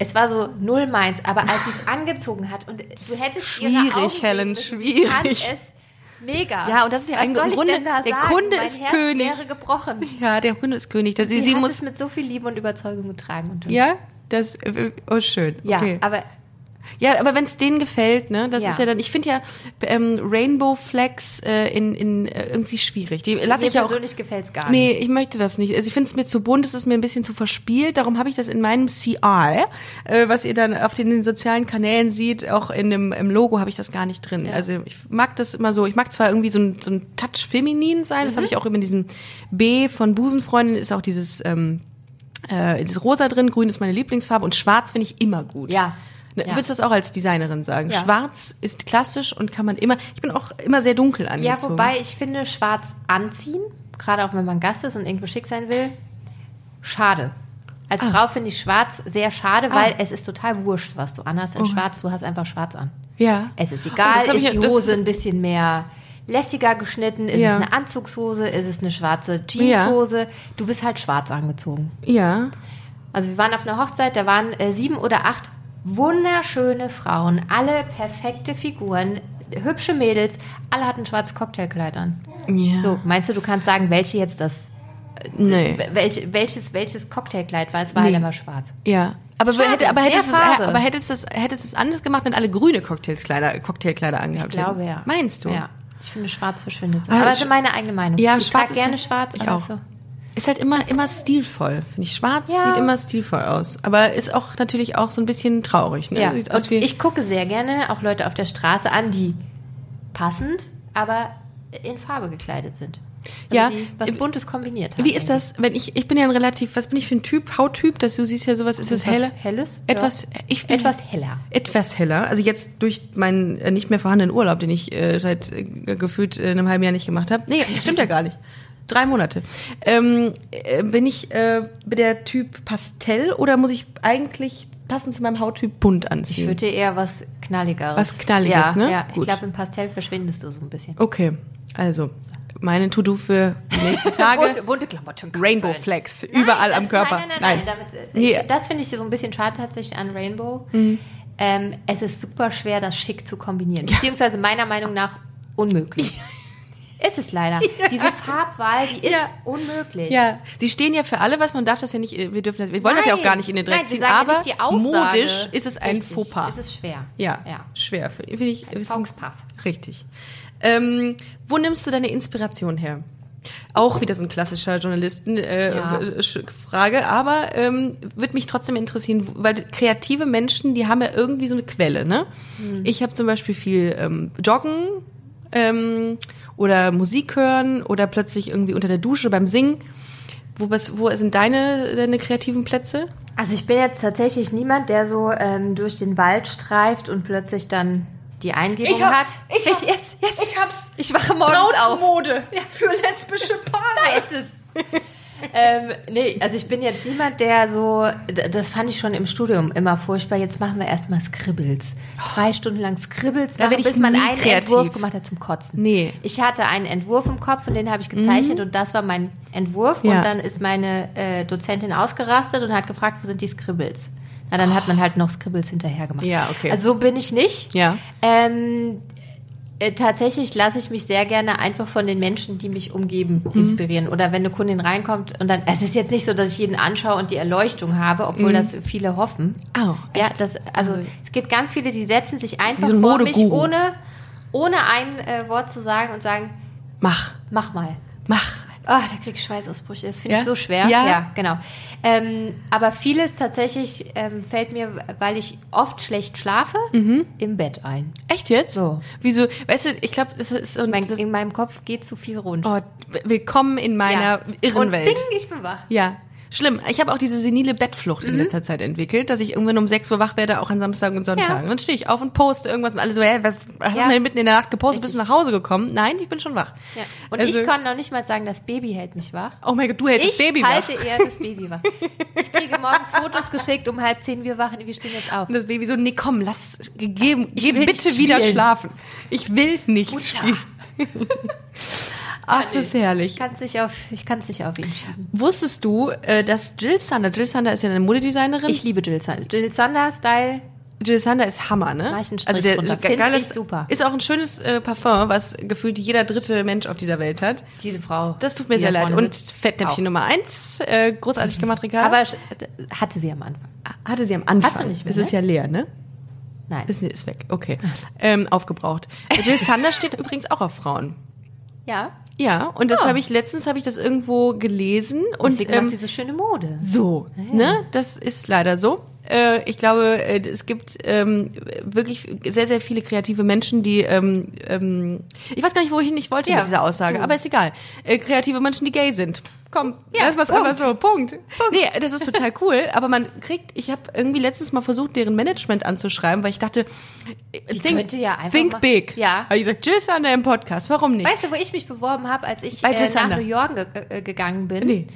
S2: Es war so null meins, aber als sie es angezogen hat und du hättest
S1: Ah. Schwierig,
S2: ihre Augen sehen
S1: Helen,
S2: müssen,
S1: schwierig.
S2: Sie fand es mega.
S1: Ja, und das ist ja
S2: Was
S1: eigentlich-
S2: soll
S1: im
S2: ich
S1: Grunde,
S2: denn da
S1: der
S2: sagen?
S1: Kunde
S2: mein
S1: ist
S2: Herz
S1: König.
S2: wäre gebrochen.
S1: Ja, der Hund ist König. Das,
S2: Sie,
S1: sie, sie
S2: hat
S1: muss
S2: es mit so viel Liebe und Überzeugung getragen. Und
S1: Ja, das äh, oh schön.
S2: ja
S1: okay.
S2: aber
S1: ja aber wenn es denen gefällt, ne, das
S2: Ja.
S1: ist ja dann. Ich finde ja ähm, Rainbow Flags äh, in, in äh, irgendwie schwierig. Die lasse
S2: mir
S1: ich ja auch.
S2: persönlich gefällt es gar
S1: Nee,
S2: nicht.
S1: ich möchte das nicht. Also ich finde es mir zu bunt, es ist mir ein bisschen zu verspielt. Darum habe ich das in meinem CR, äh, was ihr dann auf den, den sozialen Kanälen seht, auch in dem im Logo habe ich das gar nicht drin. Also ich mag das immer so. Ich mag zwar irgendwie so ein, so ein Touch feminin sein, das habe
S2: Mhm.
S1: ich auch immer in diesem B von Busenfreundin ist auch dieses ähm, äh, dieses Rosa drin, Grün ist meine Lieblingsfarbe und Schwarz finde ich immer gut.
S2: Ja.
S1: Ne,
S2: Ja.
S1: Würdest du das auch als Designerin sagen?
S2: Ja.
S1: Schwarz ist klassisch und kann man immer. Ich bin auch immer sehr dunkel
S2: Ja,
S1: angezogen.
S2: wobei ich finde, schwarz anziehen, gerade auch wenn man Gast ist und irgendwo schick sein will, schade. Als
S1: Ah.
S2: Frau finde ich schwarz sehr schade, weil es ist total wurscht, was du anhast in schwarz. Du hast einfach schwarz an.
S1: Ja.
S2: Es ist
S1: Oh,
S2: egal,
S1: das hab ich
S2: ist
S1: ja-
S2: die
S1: das-
S2: Hose ein bisschen mehr lässiger geschnitten, ist
S1: Ja.
S2: es eine Anzugshose, ist es eine schwarze Jeanshose. Du bist halt schwarz angezogen.
S1: Ja.
S2: Also wir waren auf einer Hochzeit, da waren äh, sieben oder acht wunderschöne Frauen, alle perfekte Figuren, hübsche Mädels, alle hatten schwarze Cocktailkleid an.
S1: Ja.
S2: So, äh, meinst du, du kannst sagen, welche jetzt das,
S1: Nee.
S2: welche, welches, welches Cocktailkleid war? Es war halt
S1: Nee.
S2: immer schwarz.
S1: Ja. Aber,
S2: Schade,
S1: hätte, aber, hättest, es,
S2: mehr Farbe.
S1: aber hättest, es, hättest es anders gemacht, wenn alle grüne Cocktailkleider, Cocktailkleider angehabt
S2: Ich glaube
S1: hätten?
S2: ja.
S1: Meinst du?
S2: Ja. Ich finde, schwarz verschwindet so.
S1: Ah,
S2: Aber
S1: sch-
S2: das ist meine eigene Meinung.
S1: Ja,
S2: ich
S1: schwarz
S2: trage
S1: ist- halt-
S2: gerne schwarz.
S1: ich
S2: aber
S1: auch.
S2: So.
S1: Ist halt immer, immer stilvoll, finde ich. Schwarz
S2: Ja.
S1: sieht immer stilvoll aus. Aber ist auch natürlich auch so ein bisschen traurig. Ne?
S2: Ja.
S1: Sieht aus
S2: Und
S1: wie,
S2: ich gucke sehr gerne auch Leute auf der Straße an, die passend, aber in Farbe gekleidet sind. Also
S1: Ja.
S2: Die was Buntes kombiniert haben.
S1: wie ist das, wenn ich, ich bin ja ein relativ, was bin ich für ein Typ, Hauttyp, dass du siehst ja sowas, ist es
S2: Etwas
S1: helle?
S2: Helles?
S1: Etwas,
S2: Ja.
S1: ich bin
S2: Etwas heller.
S1: etwas heller. Also jetzt durch meinen äh, nicht mehr vorhandenen Urlaub, den ich äh, seit äh, gefühlt äh, einem halben Jahr nicht gemacht habe. Nee, stimmt ja gar nicht. Drei Monate. Ähm, äh, bin ich äh, der Typ Pastell oder muss ich eigentlich passend zu meinem Hauttyp bunt
S2: Ich
S1: anziehen?
S2: würde eher was Knalligeres.
S1: Hm. Was Knalliges,
S2: ja,
S1: ne?
S2: Ja,
S1: Gut.
S2: ich glaube, im Pastell verschwindest du so ein bisschen.
S1: okay, also meine To-Do für die nächsten Tage.
S2: Bunte, bunte Klamotten. kaufen.
S1: Rainbow Flags, überall
S2: Nein,
S1: am
S2: das-
S1: Körper.
S2: Nein, nein, nein. nein. Damit, äh, ich,
S1: Nee. Mhm.
S2: Das finde ich so ein bisschen schade tatsächlich an Rainbow. Ähm, es ist super schwer, das schick zu kombinieren. Beziehungsweise meiner Meinung nach unmöglich. ist es leider. Diese Farbwahl, die ist
S1: Ja.
S2: unmöglich.
S1: Ja, sie stehen ja für alle was, man darf das ja nicht, äh, wir dürfen das, wir wollen das ja auch
S2: Nein,
S1: gar nicht in den Dreck
S2: nein, sie
S1: ziehen,
S2: sagen ja
S1: aber
S2: nicht die Aussage.
S1: modisch ist es ein
S2: Richtig,
S1: Fauxpas.
S2: Es ist schwer.
S1: Ja,
S2: ja.
S1: schwer. Finde ich.
S2: Ein
S1: ist ein-
S2: Fauxpas.
S1: Richtig. Ähm, wo nimmst du deine Inspiration her? Auch wieder so ein klassischer Journalisten-Frage, äh,
S2: Ja.
S1: w- sch- Frage, aber ähm, würde mich trotzdem interessieren, wo- weil kreative Menschen, die haben ja irgendwie so eine Quelle, ne? Ich habe zum Beispiel viel ähm, Joggen ähm, oder Musik hören oder plötzlich irgendwie unter der Dusche beim Singen. Wo, was, wo sind deine, deine kreativen Plätze?
S2: Also ich bin jetzt tatsächlich niemand, der so ähm, durch den Wald streift und plötzlich dann die Eingebung
S1: Ich hab's,
S2: hat.
S1: ich hab's,
S2: jetzt, jetzt.
S1: Ich hab's.
S2: Ich wache morgens auf.
S1: Brautmode für lesbische Paare.
S2: Da ist es. ähm, nee, also ich bin jetzt niemand, der so, d- das fand ich schon im Studium immer furchtbar, jetzt machen wir erstmal Scribbles. Drei Stunden lang Scribbles
S1: Da
S2: machen,
S1: werd ich
S2: bis man
S1: nie
S2: einen
S1: kreativ.
S2: Entwurf gemacht hat zum Kotzen.
S1: Nee. Mhm.
S2: Ich hatte einen Entwurf im Kopf und den habe ich gezeichnet und das war mein Entwurf
S1: Ja.
S2: und dann ist meine äh, Dozentin ausgerastet und hat gefragt, wo sind die Scribbles? Na, dann hat man halt noch Scribbles hinterher gemacht.
S1: Ja, okay.
S2: Also so bin ich nicht.
S1: Ja.
S2: Ähm, äh, Tatsächlich lasse ich mich sehr gerne einfach von den Menschen, die mich umgeben,
S1: Mhm.
S2: inspirieren. Oder wenn eine Kundin reinkommt und dann, es ist jetzt nicht so, dass ich jeden anschaue und die Erleuchtung habe, obwohl das viele hoffen.
S1: Au,
S2: ja,
S1: Mhm. Oh, echt?
S2: das, also es gibt ganz viele, die setzen sich einfach
S1: so ein
S2: vor mich,
S1: Modeguru.
S2: ohne, ohne ein äh, Wort zu sagen und sagen,
S1: Mach,
S2: mach mal.
S1: mach.
S2: Ah, da krieg ich Schweißausbrüche. Das finde
S1: Ja?
S2: ich so schwer.
S1: Ja.
S2: genau. Ähm, aber vieles tatsächlich ähm, fällt mir, weil ich oft schlecht schlafe,
S1: Mhm.
S2: im Bett ein.
S1: Echt jetzt?
S2: So.
S1: Wieso? Weißt du, ich glaube, das ist so ein.
S2: Mein,
S1: das,
S2: in meinem Kopf geht zu viel rund.
S1: oh, w- willkommen in meiner irren
S2: Und
S1: Welt.
S2: ding, ich bin wach.
S1: Ja. Schlimm. Ich habe auch diese senile Bettflucht
S2: Mhm.
S1: in letzter Zeit entwickelt, dass ich irgendwann um 6 Uhr wach werde, auch an Samstagen und Sonntagen.
S2: Ja.
S1: Dann stehe ich auf und poste irgendwas und alle so, hä, was hast
S2: Ja.
S1: du denn mitten in der Nacht gepostet? Bist du
S2: Richtig.
S1: nach Hause gekommen? Nein, ich bin schon wach.
S2: Ja. Und
S1: Also-
S2: ich kann noch nicht mal sagen, das Baby hält mich wach.
S1: Oh mein Gott, du hältst
S2: Ich
S1: das Baby
S2: halte
S1: wach.
S2: eher das Baby wach. Ich kriege morgens Fotos geschickt, um halb zehn, wir wachen, wir stehen jetzt auf.
S1: Und das Baby so, nee, komm, lass, geh, geh
S2: will nicht
S1: bitte wieder
S2: spielen.
S1: schlafen. Ich will nicht
S2: Mutter.
S1: spielen. Ach, das ist herrlich.
S2: Ich kann es nicht, auf- ich kann's nicht auf ihn schieben.
S1: Wusstest du, äh, dass Jill Sander, Jill Sander ist ja eine Modedesignerin.
S2: Ich liebe Jill Sander. Jill Sander Style,
S1: Jill Sander ist Hammer, ne?
S2: Mach ich einen Strich drunter.
S1: ge-
S2: Find
S1: geiles-
S2: ich super.
S1: Ist auch ein schönes äh, Parfum, was gefühlt jeder dritte Mensch auf dieser Welt hat.
S2: diese Frau.
S1: Das tut mir
S2: die
S1: sehr
S2: da
S1: leid.
S2: vorne
S1: Und
S2: sitzt.
S1: Fettnäpfchen Nummer eins, äh, großartig gemacht, Ricardo.
S2: Aber sch- d- hatte sie am Anfang.
S1: hatte sie am Anfang.
S2: Hast du nicht mehr,
S1: es ist
S2: ne?
S1: ja leer, ne?
S2: Nein.
S1: Ist, ist weg. Okay. Ähm, aufgebraucht. Jill Sander steht übrigens auch auf Frauen.
S2: Ja.
S1: Ja, und das
S2: Ah.
S1: habe ich letztens habe ich das irgendwo gelesen
S2: Und
S1: und
S2: Deswegen
S1: ähm,
S2: macht sie so schöne Mode.
S1: So,
S2: Ah.
S1: ne? Das ist leider so. Äh, Ich glaube, äh, es gibt ähm, wirklich sehr, sehr viele kreative Menschen, die. Ähm, ähm, ich weiß gar nicht, wohin ich wollte
S2: Ja,
S1: mit dieser Aussage,
S2: du.
S1: aber ist egal. Äh, Kreative Menschen, die gay sind. Komm,
S2: Ja,
S1: lass was
S2: Punkt.
S1: einfach so. Punkt. Nee, das ist total cool, aber man kriegt. Ich habe irgendwie letztens mal versucht, deren Management anzuschreiben, weil ich dachte, die
S2: könnte ja einfach
S1: think
S2: mal-
S1: big.
S2: Ja.
S1: Habe ich gesagt, tschüss an im Podcast, warum nicht?
S2: Weißt du, wo ich mich beworben habe, als ich
S1: Bei Jill
S2: äh, nach
S1: Sander.
S2: New York ge äh, gegangen bin?
S1: Nee.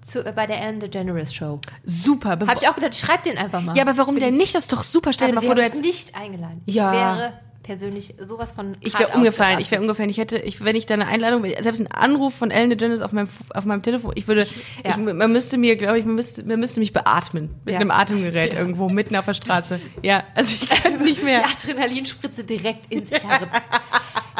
S2: Zu, äh, bei der Ellen DeGeneres Show.
S1: Super.
S2: Habe ich auch gedacht, schreib den einfach mal.
S1: ja, aber warum denn nicht? Das ist doch super. Stell dir
S2: aber
S1: mal
S2: sie
S1: vor, du
S2: haben mich
S1: hättest
S2: nicht eingeladen.
S1: Ja.
S2: Ich wäre persönlich sowas von.
S1: Ich
S2: hart
S1: wäre umgefallen,
S2: ausgerastet.
S1: ich wäre umgefallen. Ich hätte, ich, wenn ich da eine Einladung, selbst einen Anruf von Ellen DeGeneres auf meinem, auf meinem Telefon, ich würde, ich,
S2: ja.
S1: man müsste mir, glaube ich, man müsste, man müsste mich beatmen. Mit
S2: Ja.
S1: einem Atemgerät irgendwo mitten auf der Straße. Ja, also ich könnte nicht mehr.
S2: Die Adrenalinspritze direkt ins Herz.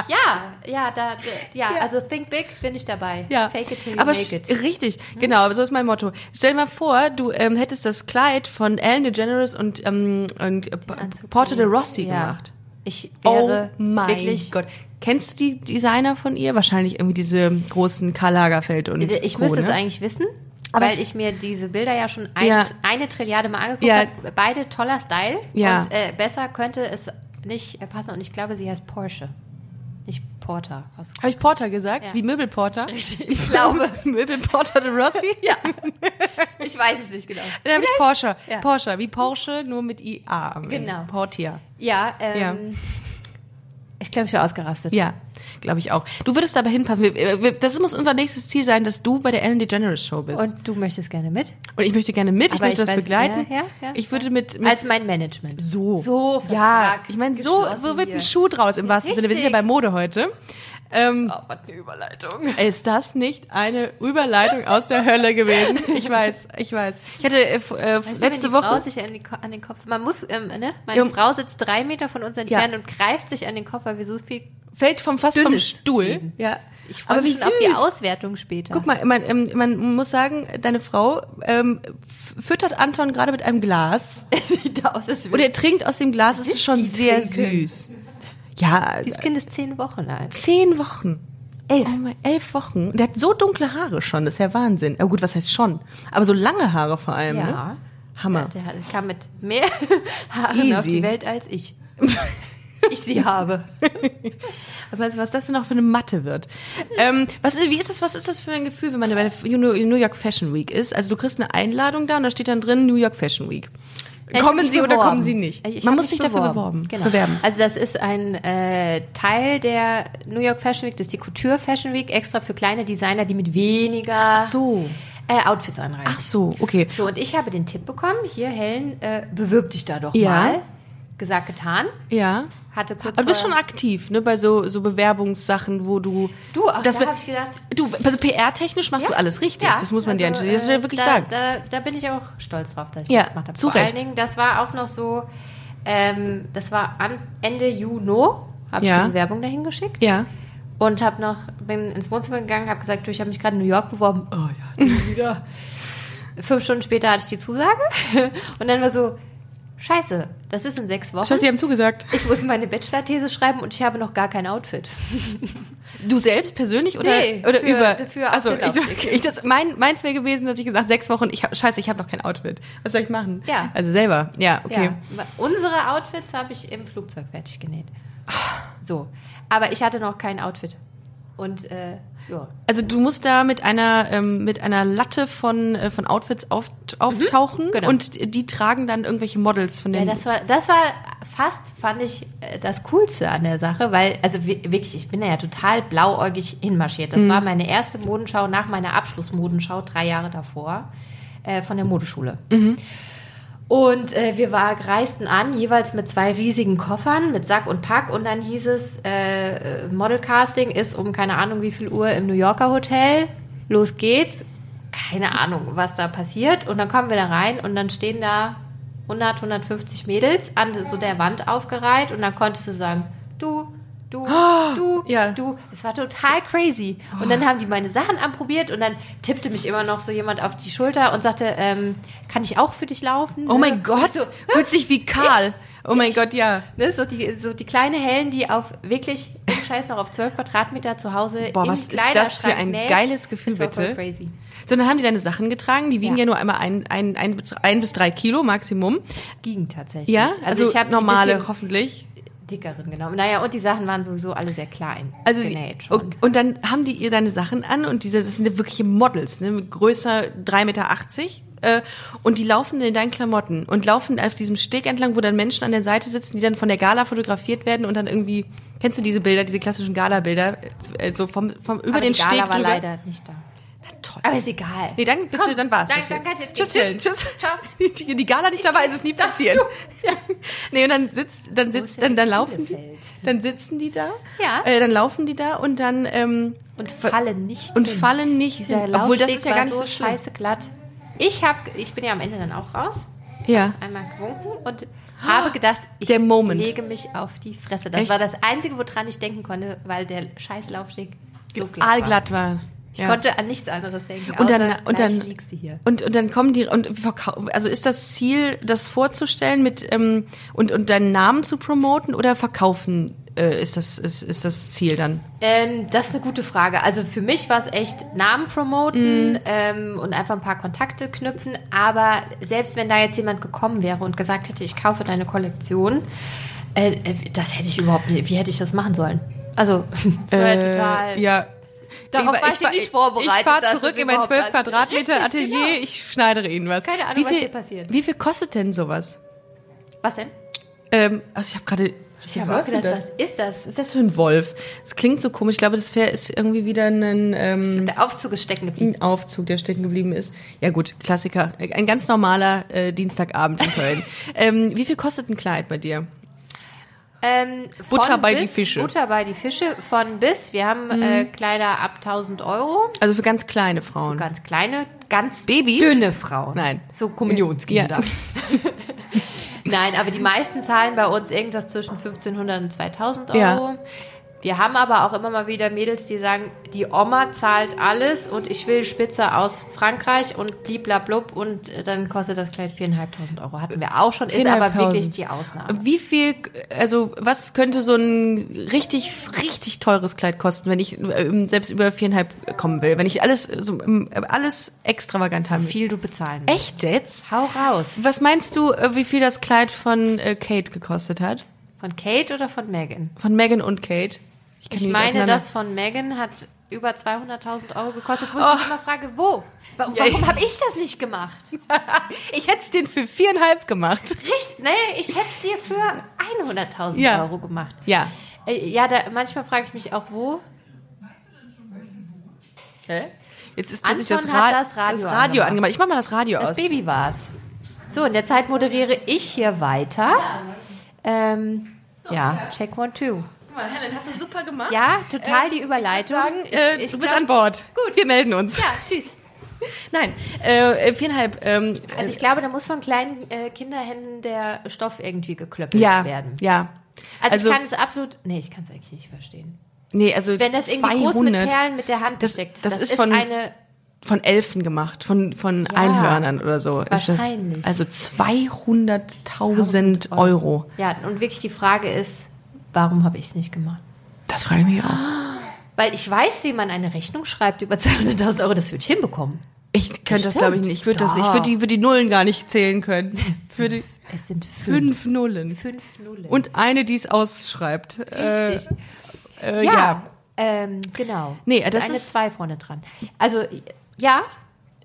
S2: ja, ja, da, da- ja, also think big, bin ich dabei.
S1: Ja.
S2: Fake it till you
S1: Aber
S2: make
S1: sch-
S2: it.
S1: richtig, genau, so ist mein Motto. Stell dir mal vor, du ähm, hättest das Kleid von Ellen DeGeneres und, ähm, und äh,
S2: Anzug.
S1: Porta de Rossi
S2: Ja.
S1: gemacht.
S2: Ich
S1: Oh
S2: wäre
S1: mein
S2: wirklich,
S1: Gott. Kennst du die Designer von ihr? Wahrscheinlich irgendwie diese großen Karl Lagerfeld und
S2: Äh, ich
S1: Co.,
S2: müsste es
S1: ne?
S2: eigentlich wissen,
S1: Aber
S2: weil
S1: es-
S2: ich mir diese Bilder ja schon ein,
S1: Ja.
S2: eine Trilliarde mal angeguckt
S1: Ja.
S2: habe. Beide toller Style
S1: Ja.
S2: und äh, besser könnte es nicht äh, passen. Und ich glaube, sie heißt Porsche, nicht Porter. Aus
S1: Habe ich Porter gesagt?
S2: Ja.
S1: Wie Möbelporter?
S2: Richtig, ich glaube.
S1: Möbelporter de Rossi?
S2: ja, ich weiß es nicht genau.
S1: Dann habe ich Porsche.
S2: Ja.
S1: Porsche, wie Porsche, nur mit IA. am Ende.
S2: Genau.
S1: Portier.
S2: Ja, ähm, ich glaube, ich wäre ausgerastet.
S1: Ja, glaube ich auch. Du würdest dabei hinpassen. Wir- wir- wir- Das muss unser nächstes Ziel sein, dass du bei der Ellen DeGeneres Show bist. Und,
S2: Und du möchtest gerne mit?
S1: ich möchte gerne mit, ich
S2: Aber
S1: möchte
S2: ich
S1: das
S2: weiß-
S1: begleiten.
S2: ja, ja, ja.
S1: ich würde mit, Mhm. mit
S2: Als mein Management.
S1: so.
S2: So,
S1: ja,
S2: Vertrag
S1: ich meine, so, so
S2: geschlossen
S1: wird
S2: hier.
S1: ein Schuh draus im wahrsten Sinne. Wir sind ja
S2: Richtig.
S1: bei Mode heute. Ähm,
S2: Oh, was eine Überleitung.
S1: Ist das nicht eine Überleitung aus der Hölle gewesen? Ich weiß, ich weiß. Ich hatte äh, f- äh,
S2: Weißt du, wenn
S1: letzte
S2: Also die Frau
S1: Woche.
S2: sich an, die Ko an den Kopf. Man muss, ähm, ne? Meine
S1: Ja.
S2: Frau sitzt drei Meter von uns entfernt
S1: Ja.
S2: und greift sich an den Kopf, weil wir so viel.
S1: fällt vom fast vom
S2: Dünnes
S1: Stuhl.
S2: Leben.
S1: Ja.
S2: Ich freue mich schon auf die Auswertung später.
S1: Guck mal, man, ähm, man muss sagen, deine Frau ähm, f- füttert Anton gerade mit einem Glas
S2: es sieht aus, als
S1: und
S2: würde.
S1: er trinkt aus dem Glas. Es ist schon
S2: Die
S1: sehr
S2: trinken.
S1: süß. Ja,
S2: Dieses Kind ist zehn Wochen alt.
S1: zehn Wochen.
S2: Elf.
S1: Oh mein, elf Wochen. Und er hat so dunkle Haare schon. Das ist ja Wahnsinn. Aber gut, was heißt schon? Aber so lange Haare vor allem.
S2: Ja.
S1: Ne? Hammer.
S2: Der hat- kam mit mehr Haaren auf
S1: Easy.
S2: die Welt als ich. ich sie habe.
S1: Was meinst du, was das denn noch für eine Matte wird? Ähm, was, ist- wie ist das, was ist das für ein Gefühl, wenn man bei der New York Fashion Week ist? Also du kriegst eine Einladung da und da steht dann drin New York Fashion Week.
S2: Ich hab
S1: kommen
S2: mich
S1: Sie oder
S2: beworben.
S1: kommen Sie nicht?
S2: Ich- ich
S1: man
S2: hab
S1: muss sich
S2: mich
S1: dafür beworben,
S2: Genau.
S1: bewerben.
S2: Also das ist ein äh, Teil der New York Fashion Week, das ist die Couture Fashion Week, extra für kleine Designer, die mit weniger
S1: so.
S2: äh, Outfits anreisen.
S1: Ach so, okay.
S2: So, und ich habe den Tipp bekommen, hier Helen, äh, bewirb dich da doch
S1: Ja.
S2: mal. Gesagt, getan.
S1: Ja.
S2: Hatte kurz
S1: Aber du bist
S2: vorher-
S1: schon aktiv, ne, bei so, so Bewerbungssachen, wo du.
S2: Du, auch
S1: das
S2: da
S1: be-
S2: habe ich gedacht...
S1: Du, also PR-technisch machst
S2: ja,
S1: du alles richtig.
S2: ja,
S1: das muss man
S2: also,
S1: dir an
S2: äh,
S1: dieser wirklich
S2: da,
S1: sagen.
S2: Da, da bin ich auch stolz drauf, dass ich
S1: Ja,
S2: das gemacht habe.
S1: zu
S2: Vor
S1: Recht.
S2: allen Dingen, das war auch noch so, ähm, das war am Ende Juni, habe ich
S1: Ja.
S2: die Bewerbung dahin geschickt.
S1: ja.
S2: Und habe noch, bin ins Wohnzimmer gegangen, habe gesagt, du, ich habe mich gerade in New York beworben. Oh ja, nie wieder. Fünf Stunden später hatte ich die Zusage. Und dann war so, scheiße, das ist in sechs Wochen.
S1: Scheiße, die haben zugesagt.
S2: Ich muss meine Bachelor-These schreiben und ich habe noch gar kein Outfit.
S1: Du selbst persönlich oder,
S2: Nee,
S1: oder
S2: für-
S1: über?
S2: für auf
S1: also
S2: den
S1: ich,
S2: Laufsteg.
S1: ich das mein meins wäre gewesen, dass ich nach sechs Wochen ich hab, scheiße, ich habe noch kein Outfit. Was soll ich machen?
S2: Ja.
S1: Also selber. Ja, okay.
S2: Ja, unsere Outfits habe ich im Flugzeug fertig genäht. So, aber ich hatte noch kein Outfit. Und äh, ja,
S1: Also du musst da mit einer ähm, mit einer Latte von äh, von Outfits auf, auftauchen
S2: genau.
S1: und die tragen dann irgendwelche Models von
S2: Ja,
S1: den.
S2: das war, das war fast, fand ich, äh, das Coolste an der Sache, weil, also wi- wirklich, ich bin da ja total blauäugig hinmarschiert. Das war meine erste Modenschau nach meiner Abschlussmodenschau, drei Jahre davor, äh, von der Modeschule. Und äh, wir war, reisten an, jeweils mit zwei riesigen Koffern, mit Sack und Pack. Und dann hieß es, äh, äh, Modelcasting ist um keine Ahnung wie viel Uhr im New Yorker Hotel. Los geht's. Keine Ahnung, was da passiert. Und dann kommen wir da rein und dann stehen da 100, 150 Mädels an so der Wand aufgereiht. Und dann konntest du sagen, du, du, du,
S1: ja.
S2: du. Es war total crazy. Und dann haben die meine Sachen anprobiert und dann tippte mich immer noch so jemand auf die Schulter und sagte, ähm, kann ich auch für dich laufen?
S1: oh
S2: ne?
S1: mein Gott,
S2: Und ich So,
S1: fühlt sich wie Karl. oh mein
S2: ich-
S1: Gott, ja.
S2: ne, so, die, so die kleine Hellen, die auf wirklich, ich scheiß noch, auf 12 Quadratmeter zu Hause
S1: Boah,
S2: im
S1: was ist das
S2: Kleiderschrank
S1: für ein
S2: näht.
S1: geiles Gefühl,
S2: das war Voll
S1: bitte.
S2: crazy.
S1: So, dann haben die deine Sachen getragen. Die wiegen ja,
S2: Ja.
S1: nur einmal ein, ein, ein, bis- ein bis drei Kilo Maximum.
S2: Ging tatsächlich.
S1: Ja,
S2: also, ich habe die
S1: normale,
S2: bisschen
S1: hoffentlich.
S2: dickeren genommen. Naja, und die Sachen waren sowieso alle sehr klein.
S1: Also sie,
S2: genäht schon.
S1: und, und dann haben die ihr deine Sachen an und diese, das sind ja wirkliche Models, ne? größer 3,80 Meter. Äh, und die laufen in deinen Klamotten und laufen auf diesem Steg entlang, wo dann Menschen an der Seite sitzen, die dann von der Gala fotografiert werden und dann irgendwie, kennst du diese Bilder, diese klassischen Gala-Bilder, äh, so vom, vom über
S2: Aber
S1: den
S2: die Gala
S1: Steg
S2: war
S1: drüber.
S2: leider nicht da.
S1: Toll.
S2: Aber ist egal.
S1: Nee, dann bitte,
S2: Komm,
S1: dann war's
S2: dann-
S1: das
S2: dann
S1: jetzt.
S2: kann ich jetzt
S1: tschüss,
S2: gehen.
S1: Helen, tschüss.
S2: Ciao.
S1: Die, die Gala nicht dabei ist, ist nie
S2: Das
S1: passiert.
S2: du. Ja.
S1: Nee, und dann sitzt, dann
S2: ist
S1: sitzt, dann,
S2: denn
S1: dann
S2: die
S1: laufen die,
S2: Bielefeld?
S1: dann sitzen die da,
S2: Ja.
S1: äh, dann laufen die da und dann, ähm,
S2: Und fallen nicht
S1: und
S2: hin.
S1: fallen nicht
S2: Dieser
S1: hin. Obwohl das
S2: Laufsteg
S1: ist ja
S2: war
S1: gar nicht so, schlimm.
S2: scheiße glatt. Ich hab, ich bin ja am Ende dann auch raus.
S1: Ja.
S2: Einmal gewunken und habe gedacht, ich
S1: Der Moment.
S2: lege mich auf die Fresse. Das
S1: Echt?
S2: war das Einzige, woran ich denken konnte, weil der scheiß Laufsteg so glatt war.
S1: Aalglatt war.
S2: Ich konnte an nichts anderes denken.
S1: Und dann-
S2: außer,
S1: und dann-
S2: gleich liegst du hier.
S1: Und, und dann kommen die und verkau- also ist das Ziel, das vorzustellen mit ähm, und, und deinen Namen zu promoten oder verkaufen äh, ist das ist, ist das Ziel dann?
S2: Ähm, das ist eine gute Frage. Also für mich war es echt Namen promoten
S1: Mhm.
S2: ähm, und einfach ein paar Kontakte knüpfen. Aber selbst wenn da jetzt jemand gekommen wäre und gesagt hätte, ich kaufe deine Kollektion, äh, äh, das hätte ich überhaupt nicht. Wie hätte ich das machen sollen? Also, das war ja total.
S1: Äh, ja.
S2: Darauf war ich
S1: fahr-
S2: nicht vorbereitet,
S1: Ich fahre
S2: dass
S1: zurück
S2: es
S1: in mein
S2: überhaupt
S1: 12
S2: als-
S1: Quadratmeter
S2: Richtig,
S1: Atelier,
S2: genau.
S1: ich schneidere Ihnen was.
S2: Keine Ahnung,
S1: wie
S2: was
S1: viel,
S2: hier passiert.
S1: Wie viel kostet denn sowas?
S2: Was denn?
S1: Ähm, also ich habe gerade
S2: Ich habe auch gedacht, was ist das?
S1: Was ist das für ein Wolf? Das klingt so komisch. Ich glaube, das Pferd ist irgendwie wieder ein ähm,
S2: Der Aufzug ist stecken geblieben.
S1: ein Aufzug, der stecken geblieben ist. Ja gut, Klassiker. Ein ganz normaler äh, Dienstagabend in Köln. ähm, wie viel kostet ein Kleid bei dir?
S2: Ähm, von
S1: Butter bei
S2: bis,
S1: die Fische. Mhm.
S2: Butter bei die Fische von bis. Wir haben äh, Kleider ab 1000 Euro.
S1: Also für ganz kleine Frauen.
S2: Ganz kleine, ganz
S1: Babys?
S2: dünne Frauen.
S1: Nein.
S2: So Kommunionskinder.
S1: Ja.
S2: Nein, aber die meisten zahlen bei uns irgendwas zwischen 1500 und 2000 Euro.
S1: Ja.
S2: Wir haben aber auch immer mal wieder Mädels, die sagen, die Oma zahlt alles und ich will Spitze aus Frankreich und bliblablub und äh, dann kostet das Kleid 4.500 Euro. Hatten wir auch schon, ist aber
S1: 4.500.
S2: wirklich die Ausnahme.
S1: Wie viel, also was könnte so ein richtig, richtig teures Kleid kosten, wenn ich ähm, selbst über viereinhalb kommen will? Wenn ich alles, so, ähm, alles extravagant haben
S2: Wie
S1: will.
S2: viel du bezahlen willst.
S1: Echt jetzt?
S2: Hau raus.
S1: Was meinst du, äh, wie viel das Kleid von äh, Kate gekostet hat?
S2: Von Kate oder von Megan?
S1: Von Megan und Kate? kann
S2: Ich
S1: die nicht
S2: meine,
S1: auseinander-
S2: das von Megan hat über 200.000 Euro gekostet, wo ich mich immer frage, wo?
S1: Oh.
S2: Wa-
S1: Ja,
S2: Warum
S1: ja.
S2: habe ich das nicht gemacht?
S1: Ich hätte es den für viereinhalb gemacht.
S2: Richtig, nee, ich hätte es dir für 100.000
S1: Ja.
S2: Euro gemacht.
S1: Ja.
S2: Äh, Ja, da, manchmal frage ich mich auch, wo.
S1: Jetzt ist
S2: Anton
S1: plötzlich das,
S2: hat
S1: Ra
S2: das Radio
S1: das Radio
S2: angemacht.
S1: angemacht. Ich mach mal das Radio
S2: Das
S1: aus.
S2: Baby war's. So, in der Zeit moderiere ich hier weiter. Ähm, ja, check one, two.
S1: Guck mal, Helen, hast du super gemacht.
S2: Ja, total die Überleitung.
S1: Ähm, Sagen, äh,
S2: Ich- ich
S1: du bist
S2: glaub-
S1: an Bord. Gut. Wir melden uns.
S2: Ja, tschüss.
S1: Nein, äh, viereinhalb. Ähm,
S2: Also ich glaube, da muss von kleinen äh, Kinderhänden der Stoff irgendwie geklöppelt
S1: äh, ja,
S2: werden.
S1: ja.
S2: Also, ich kann es absolut, nee, ich kann es eigentlich nicht verstehen.
S1: nee, also
S2: Wenn das irgendwie
S1: 200
S2: groß mit Perlen mit der Hand
S1: Das-
S2: gesteckt ist,
S1: das ist von-
S2: eine,
S1: von Elfen gemacht, von, von Einhörnern oder so. Ist
S2: wahrscheinlich.
S1: das, also 200.000 Euro.
S2: ja, und wirklich die Frage ist, warum habe ich es nicht gemacht?
S1: Das frage ich mich auch.
S2: Weil ich weiß, wie man eine Rechnung schreibt über 200.000 Euro, das würde ich hinbekommen.
S1: Ich könnte das, glaube ich,
S2: Bestimmt.
S1: nicht. Ich würde das- ich
S2: Ja.
S1: würde die, würd die Nullen gar nicht zählen können. Ich würde
S2: Es sind fünf.
S1: fünf Nullen.
S2: Fünf Nullen.
S1: Und eine, die es ausschreibt.
S2: Richtig.
S1: Äh,
S2: ja.
S1: äh, ja.
S2: Ähm, genau.
S1: Nee,
S2: Und
S1: das
S2: eine
S1: ist-
S2: zwei vorne dran. Also, ja,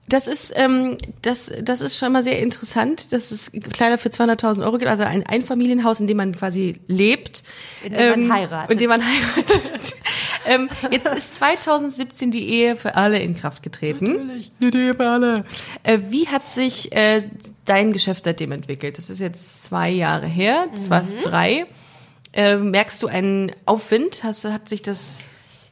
S1: Das ist, ähm, das, das ist schon mal sehr interessant, dass es Kleider für 200.000 Euro gibt. Also ein Einfamilienhaus, in dem man quasi lebt. Ähm,
S2: In dem man heiratet.
S1: In dem man heiratet. ähm, jetzt ist 2017 die Ehe für alle in Kraft getreten. Natürlich. Die Ehe für alle. Äh, wie hat sich äh, dein Geschäft seitdem entwickelt? Das ist jetzt zwei Jahre her, das war's drei. Äh, merkst du einen Aufwind? Hast, du- hat sich das...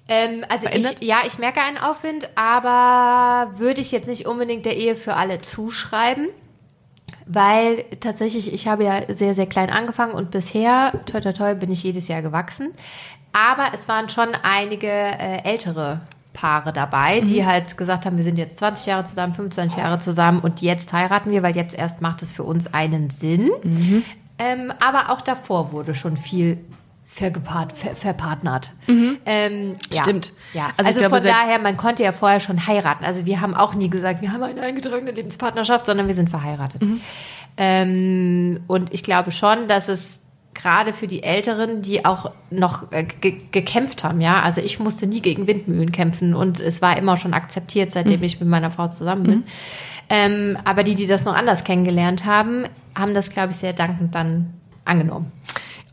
S2: Ähm, also
S1: Verändert?
S2: ich, ja, ich merke einen Aufwind, aber würde ich jetzt nicht unbedingt der Ehe für alle zuschreiben, weil tatsächlich, ich habe ja sehr, sehr klein angefangen und bisher, toi, toi, toi, bin ich jedes Jahr gewachsen. Aber es waren schon einige äh, ältere Paare dabei,
S1: Mhm.
S2: die halt gesagt haben, wir sind jetzt 20 Jahre zusammen, 25 Jahre zusammen und jetzt heiraten wir, weil jetzt erst macht es für uns einen Sinn.
S1: Mhm.
S2: Ähm, aber auch davor wurde schon viel vergepaart, ver, verpartnert. Ähm, ja.
S1: Mhm. Stimmt.
S2: Ja.
S1: Also ich
S2: Also,
S1: glaube,
S2: von
S1: seit-
S2: daher, man konnte ja vorher schon heiraten. Also wir haben auch nie gesagt, wir haben eine eingetragene Lebenspartnerschaft, sondern wir sind verheiratet.
S1: Mhm.
S2: Ähm, und ich glaube schon, dass es gerade für die Älteren, die auch noch äh, ge gekämpft haben, ja, also ich musste nie gegen Windmühlen kämpfen und es war immer schon akzeptiert, seitdem ich mit meiner Frau zusammen bin. Ähm, aber die, die das noch anders kennengelernt haben, haben das, glaube ich, sehr dankend dann angenommen.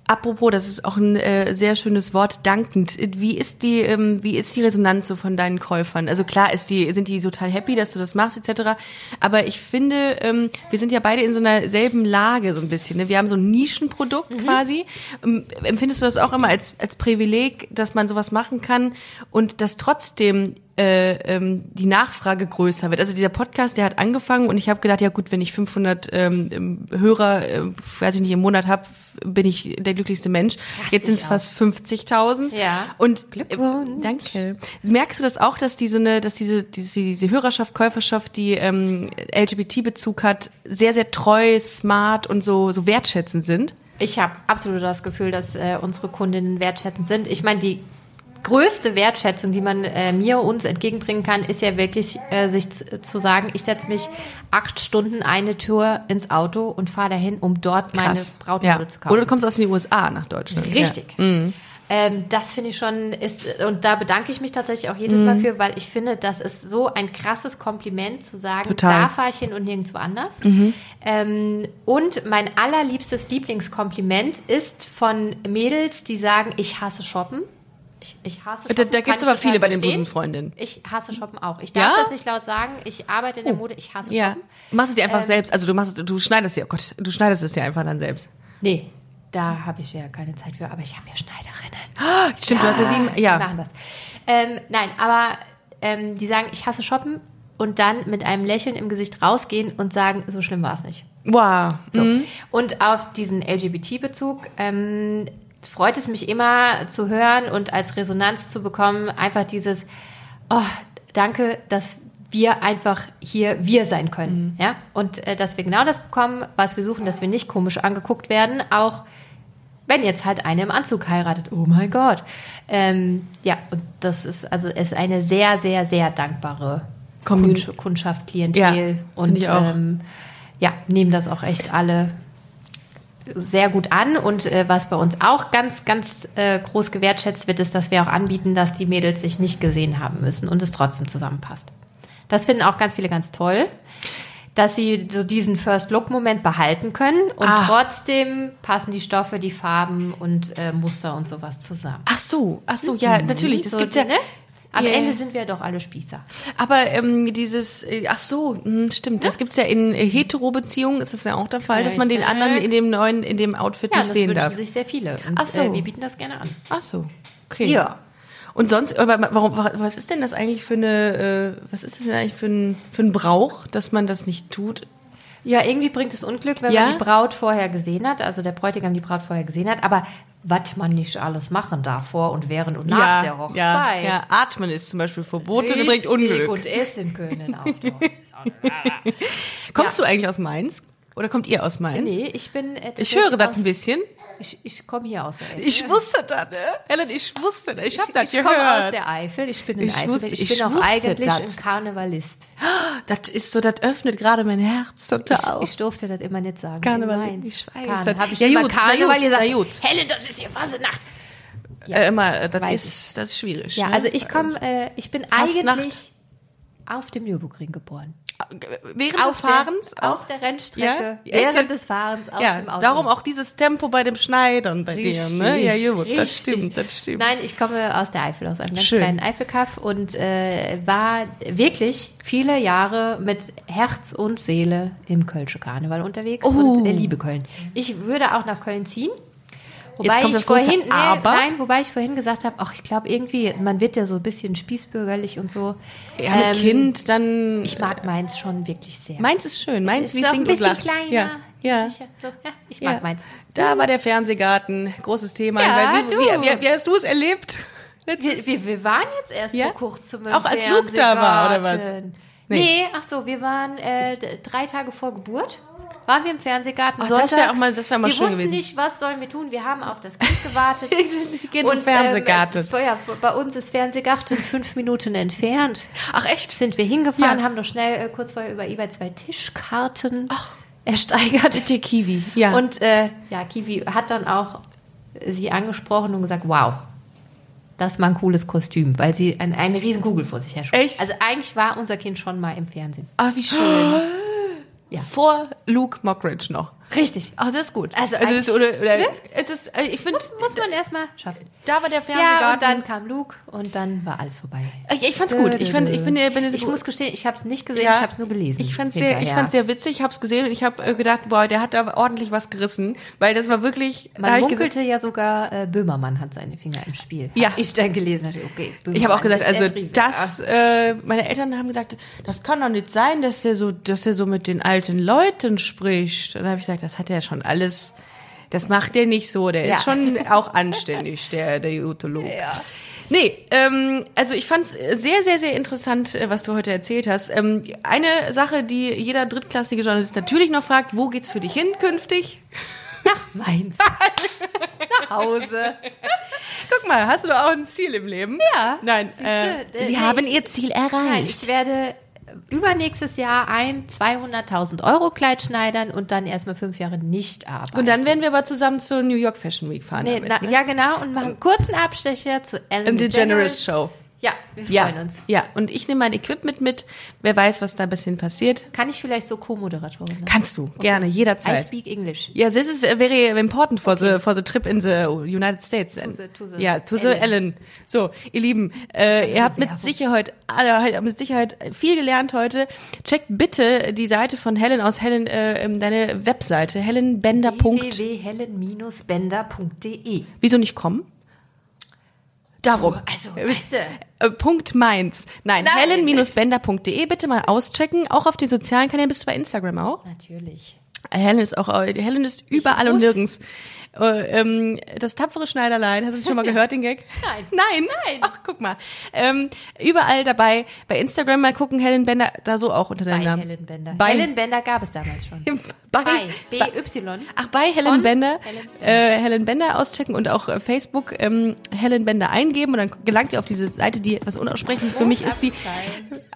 S1: Apropos, das ist auch ein äh, sehr schönes Wort, dankend. Wie ist die, ähm, wie ist die Resonanz so von deinen Käufern? Also klar ist die, sind die total happy, dass du das machst etc. Aber ich finde, ähm, wir sind ja beide in so einer selben Lage so ein bisschen. Ne? Wir haben so ein Nischenprodukt quasi. Ähm, empfindest du das auch immer als als Privileg, dass man sowas machen kann und dass trotzdem äh, äh, ähm, die Nachfrage größer wird. Also dieser Podcast, der hat angefangen und ich habe gedacht, ja gut, wenn ich 500 ähm, Hörer, äh, weiß ich nicht, im Monat habe, bin ich der glücklichste Mensch. Jetzt sind es
S2: dich
S1: fast 50.000.
S2: Ja.
S1: Und
S2: Glückwunsch.
S1: Danke. Merkst du das auch, dass diese, ne, dass diese, diese, diese Hörerschaft, Käuferschaft, die ähm, LGBT-Bezug hat, sehr, sehr treu, smart und so, so wertschätzend sind?
S2: Ich habe absolut das Gefühl, dass äh, unsere Kundinnen wertschätzend sind. Ich meine, die größte Wertschätzung, die man äh, mir uns entgegenbringen kann, ist ja wirklich, äh, sich z- zu sagen, ich setze mich acht Stunden eine Tour ins Auto und fahre dahin, um dort meine Brautmode
S1: ja.
S2: zu kaufen.
S1: Oder du kommst aus den USA nach Deutschland.
S2: Richtig.
S1: Mhm.
S2: Ähm, das finde ich schon ist und da bedanke ich mich tatsächlich auch jedes Mal
S1: Mhm.
S2: für, weil ich finde, das ist so ein krasses Kompliment zu sagen,
S1: Total. Mhm.
S2: da fahre ich hin und nirgendwo anders. Ähm, und mein allerliebstes Lieblingskompliment ist von Mädels, die sagen, ich hasse Shoppen. Ich, ich
S1: Da-
S2: hasse Shoppen.
S1: da
S2: Kann
S1: gibt's
S2: ich
S1: aber
S2: total
S1: viele bei den
S2: verstehen.
S1: Busenfreundinnen.
S2: Ich hasse Shoppen auch. Ich darf
S1: Ja? Oh.
S2: das nicht laut sagen. Ich arbeite in der Mode. Ich hasse
S1: Ja. ja.
S2: Shoppen.
S1: Machst es dir
S2: Ähm.
S1: einfach selbst. Also du machst, du schneidest dir, oh Gott, du schneidest es dir einfach dann selbst.
S2: Nee, da habe ich ja keine Zeit für. Aber ich habe ja Schneiderinnen.
S1: Stimmt, du hast ja sieben,
S2: Die
S1: ja.
S2: machen das. Ähm, nein, aber ähm, die sagen, ich hasse Shoppen und dann mit einem Lächeln im Gesicht rausgehen und sagen, so schlimm war es nicht.
S1: Wow.
S2: So. Und auf diesen LGBT-Bezug ähm, freut es mich immer zu hören und als Resonanz zu bekommen, einfach dieses, oh, danke, dass wir einfach hier wir sein können. Ja? Und äh, dass wir genau das bekommen, was wir suchen, dass wir nicht komisch angeguckt werden, auch wenn jetzt halt eine im Anzug heiratet. Oh mein Gott. Ähm, ja, und das ist also es ist eine sehr, sehr, sehr dankbare
S1: Commun-
S2: Kundsch Kundschaft, Klientel.
S1: Ja,
S2: und
S1: find ich auch.
S2: Ähm, ja, nehmen das auch echt alle sehr gut an. Und äh, was bei uns auch ganz, ganz äh, groß gewertschätzt wird, ist, dass wir auch anbieten, dass die Mädels sich nicht gesehen haben müssen und es trotzdem zusammenpasst. Das finden auch ganz viele ganz toll, dass sie so diesen First-Look-Moment behalten können und
S1: Ah.
S2: trotzdem passen die Stoffe, die Farben und äh, Muster und sowas zusammen.
S1: Ach so, ach so, ja, natürlich, das
S2: Mhm. So,
S1: gibt's ja.
S2: ne? Am
S1: Ja, ja.
S2: Ende sind wir doch alle Spießer.
S1: Aber ähm, dieses, äh, ach so, mh, stimmt, das gibt's ja in äh, Hetero-Beziehungen, ist das ja auch der Fall,
S2: Ja,
S1: dass man
S2: ich
S1: den
S2: denke-
S1: anderen in dem neuen, in dem Outfit
S2: Ja,
S1: nicht
S2: das
S1: sehen
S2: wünschen
S1: darf.
S2: sich sehr viele. Und,
S1: Ach so.
S2: äh, wir bieten das gerne an.
S1: Ach so, okay.
S2: Ja.
S1: Und sonst, aber warum, wa- was ist denn das eigentlich für eine, äh, was ist das denn eigentlich für ein, für ein Brauch, dass man das nicht tut?
S2: Ja, irgendwie bringt es Unglück, wenn
S1: Ja?
S2: man die Braut vorher gesehen hat, also der Bräutigam die Braut vorher gesehen hat, aber was man nicht alles machen darf vor und während und nach der Hochzeit.
S1: Ja, ja, atmen ist zum Beispiel verboten und bringt
S2: Richtig
S1: Unglück.
S2: und essen können auch noch.
S1: Kommst du eigentlich aus Mainz? Oder kommt ihr aus Mainz?
S2: Nee, ich bin äh,
S1: Ich
S2: tatsächlich
S1: höre das
S2: aus-
S1: ein bisschen.
S2: Ich, ich komme hier aus der Eifel.
S1: Ich wusste das. Helen, ich wusste das. Ich habe das
S2: Ne? ich komme aus
S1: gehört.
S2: der Eifel, ich bin in
S1: Ich
S2: Eifel.
S1: wusste-
S2: ich
S1: ich
S2: bin auch
S1: wusste
S2: eigentlich
S1: das.
S2: ein Karnevalist.
S1: Das ist so, das öffnet gerade mein Herz total.
S2: Ich, ich durfte das immer nicht sagen.
S1: Karneval,
S2: Nein,
S1: ich weiß
S2: Karne,
S1: das.
S2: hab ich
S1: Ja,
S2: immer
S1: gut, na
S2: Karneval
S1: gut,
S2: gesagt.
S1: na gut.
S2: Helen, das ist hier Fasenacht.
S1: äh, immer, äh, das
S2: weiß
S1: ist, das ist schwierig.
S2: Ja,
S1: ne?
S2: also ich komme, äh, ich bin
S1: Fastnacht.
S2: eigentlich auf dem Nürburgring geboren.
S1: Während des Fahrens
S2: der, auf
S1: auch.
S2: der Rennstrecke,
S1: Ja? Echt?
S2: während des Fahrens auf
S1: ja,
S2: dem Auto.
S1: darum auch dieses Tempo bei dem Schneidern bei dir, ne? Ja, gut, das
S2: richtig.
S1: stimmt, das stimmt.
S2: Nein, ich komme aus der Eifel, aus einem ganz
S1: Schön.
S2: kleinen Eifelkaff und äh, war wirklich viele Jahre mit Herz und Seele im Kölsche Karneval unterwegs
S1: Oh.
S2: und äh, liebe Köln. Ich würde auch nach Köln ziehen. Wobei
S1: kommt
S2: ich
S1: das große
S2: vorhin, nee,
S1: Aber.
S2: nein, wobei ich vorhin gesagt habe, ach, ich glaube irgendwie, man wird ja so ein bisschen spießbürgerlich und so.
S1: ja, mit
S2: Ähm,
S1: Kind, dann.
S2: Ich mag Mainz schon wirklich sehr.
S1: Mainz ist schön. Mainz
S2: ist
S1: wie
S2: auch
S1: singt
S2: ein bisschen
S1: und lacht.
S2: kleiner.
S1: Ja. ja.
S2: Ich, so, ja, ich
S1: ja.
S2: mag Mainz.
S1: Da war der Fernsehgarten, großes Thema.
S2: Ja,
S1: Weil wie,
S2: du.
S1: wie, wie, wie hast du es erlebt? Letztes
S2: Wir, wir, wir waren jetzt erst
S1: Ja?
S2: vor kurzem im
S1: Auch als Luke da war, oder was?
S2: Fernsehgarten.
S1: Nee.
S2: Nee. ach so, wir waren äh, d- drei Tage vor Geburt. Waren wir im Fernsehgarten
S1: Ach, das wär
S2: sonntags.
S1: auch mal- das wär mal
S2: wir
S1: schön
S2: wussten
S1: gewesen.
S2: nicht, was sollen wir tun. Wir haben auf das Kind gewartet.
S1: Geh zum Fernsehgarten.
S2: Ähm, ja, bei uns ist Fernsehgarten fünf Minuten entfernt.
S1: Ach echt?
S2: Sind wir hingefahren,
S1: Ja.
S2: haben noch schnell äh, kurz vorher über eBay zwei Tischkarten ersteigert.
S1: Der Kiwi. Ja.
S2: Und äh, ja, Kiwi hat dann auch sie angesprochen und gesagt, wow, das war ein cooles Kostüm, weil sie ein, eine riesen Kugel vor sich her schob.
S1: Echt?
S2: Also eigentlich war unser Kind schon mal im Fernsehen.
S1: ah, wie schön.
S2: Ja.
S1: Vor Luke Mockridge noch.
S2: Richtig.
S1: Ach, das ist gut.
S2: Also
S1: es ist, oder, oder,
S2: Ne?
S1: es ist, äh, ich finde,
S2: Muss, muss man erstmal schaffen.
S1: da war der
S2: Ja,
S1: Fernsehgarten.
S2: und dann kam Luke und dann war alles vorbei.
S1: ich, ich fand's gut. Ich fand, ich bin, bin,
S2: ich muss gestehen, ich habe es nicht gesehen,
S1: Ja.
S2: ich habe es nur gelesen.
S1: Ich fand's sehr, ich
S2: hinterher.
S1: fand's sehr witzig, ich hab's gesehen und ich habe äh, gedacht, boah, der hat da ordentlich was gerissen, weil das war wirklich. da hab
S2: Man
S1: ich gedacht-
S2: munkelte ja sogar, äh, Böhmermann hat seine Finger im Spiel.
S1: Ja.
S2: Hab Ich dann gelesen, dachte, okay. Böhmermann
S1: Ich habe auch gesagt,
S2: ist
S1: also
S2: ertrieben.
S1: das, äh, meine Eltern haben gesagt, das kann doch nicht sein, dass er so, dass er so mit den alten Leuten spricht. Und dann habe ich gesagt, das hat er schon alles, das macht er nicht so, der
S2: Ja.
S1: ist schon auch anständig, der, der Jutolog.
S2: Ja.
S1: Nee, ähm, also ich fand es sehr, sehr, sehr interessant, äh, was du heute erzählt hast. Ähm, eine Sache, die jeder drittklassige Journalist natürlich noch fragt, wo geht's für dich hin künftig?
S2: Nach Mainz. Nach Hause.
S1: Guck mal, hast du doch auch ein Ziel im Leben?
S2: Ja.
S1: Nein,
S2: Siehste,
S1: äh,
S2: äh,
S1: Sie
S2: nee,
S1: haben
S2: ich-
S1: ihr Ziel
S2: Nein,
S1: erreicht.
S2: ich werde übernächstes Jahr ein 200.000 Euro Kleid schneidern und dann erstmal fünf Jahre nicht arbeiten.
S1: Und dann werden wir aber zusammen zur New York Fashion Week fahren.
S2: nee,
S1: damit,
S2: na,
S1: ne?
S2: Ja, genau. Und machen einen kurzen Abstecher zu Ellen
S1: Und The Generous Show.
S2: Ja, wir
S1: Ja,
S2: freuen uns.
S1: ja, und ich nehme mein Equipment mit. Wer weiß, was da ein bisschen passiert.
S2: Kann ich vielleicht so Co-Moderatorin? werden?
S1: Kannst du, halt. gerne,
S2: I
S1: jederzeit.
S2: speak English.
S1: Ja, this is äh, very important for the for the trip in the United States. To
S2: the- to the
S1: ja, to the Ellen. So, ihr Lieben, äh, ihr habt mit
S2: Werbung.
S1: Sicherheit alle, halt, mit Sicherheit viel gelernt heute. Checkt bitte die Seite von Helen aus Helen äh, ähm, deine Webseite helenbender.
S2: www.helen-bender.de
S1: Wieso nicht kommen? Darum.
S2: Also, weißt du,
S1: Äh, Punkt Mainz. Nein,
S2: Nein.
S1: helen-bender.de bitte mal auschecken. Auch auf den sozialen Kanälen bist du bei Instagram auch.
S2: Natürlich.
S1: Äh, Helen ist auch, äh, Helen ist überall und
S2: muss.
S1: nirgends. Äh, ähm, das tapfere Schneiderlein, hast du schon mal gehört, den Gag?
S2: Nein.
S1: Nein.
S2: Nein.
S1: Ach, guck mal. Ähm, überall dabei. Bei Instagram mal gucken, Helen Bender, da so auch unter deinem
S2: Bei
S1: Namen.
S2: Helen Bender.
S1: Bei-
S2: Helen Bender gab es damals schon.
S1: Bei,
S2: Bei
S1: bei,
S2: BY.
S1: Ach, bei Helen
S2: Von
S1: Bender,
S2: Helen
S1: Äh, Helen Bender auschecken und auch äh, Facebook ähm, Helen Bender eingeben und dann gelangt ihr auf diese Seite, die etwas unaussprechend für mich ist, die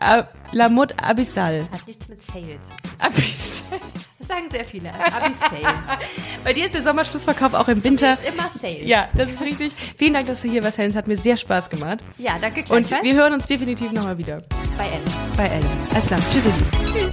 S1: äh, La Mode Abyssal.
S2: Hat nichts mit Sales.
S1: Abyssal.
S2: Das sagen sehr viele. Abi Sale.
S1: Bei dir ist der Sommerschlussverkauf auch im Winter.
S2: Ist immer Sale.
S1: Ja, das ist richtig. Vielen Dank, dass du hier warst, Helen. Es hat mir sehr Spaß gemacht.
S2: ja danke
S1: Und
S2: gleichfalls.
S1: wir hören uns definitiv nochmal wieder
S2: bei Ellen.
S1: bei Ellen. Alles klar. Tschüss, ihr Lieben.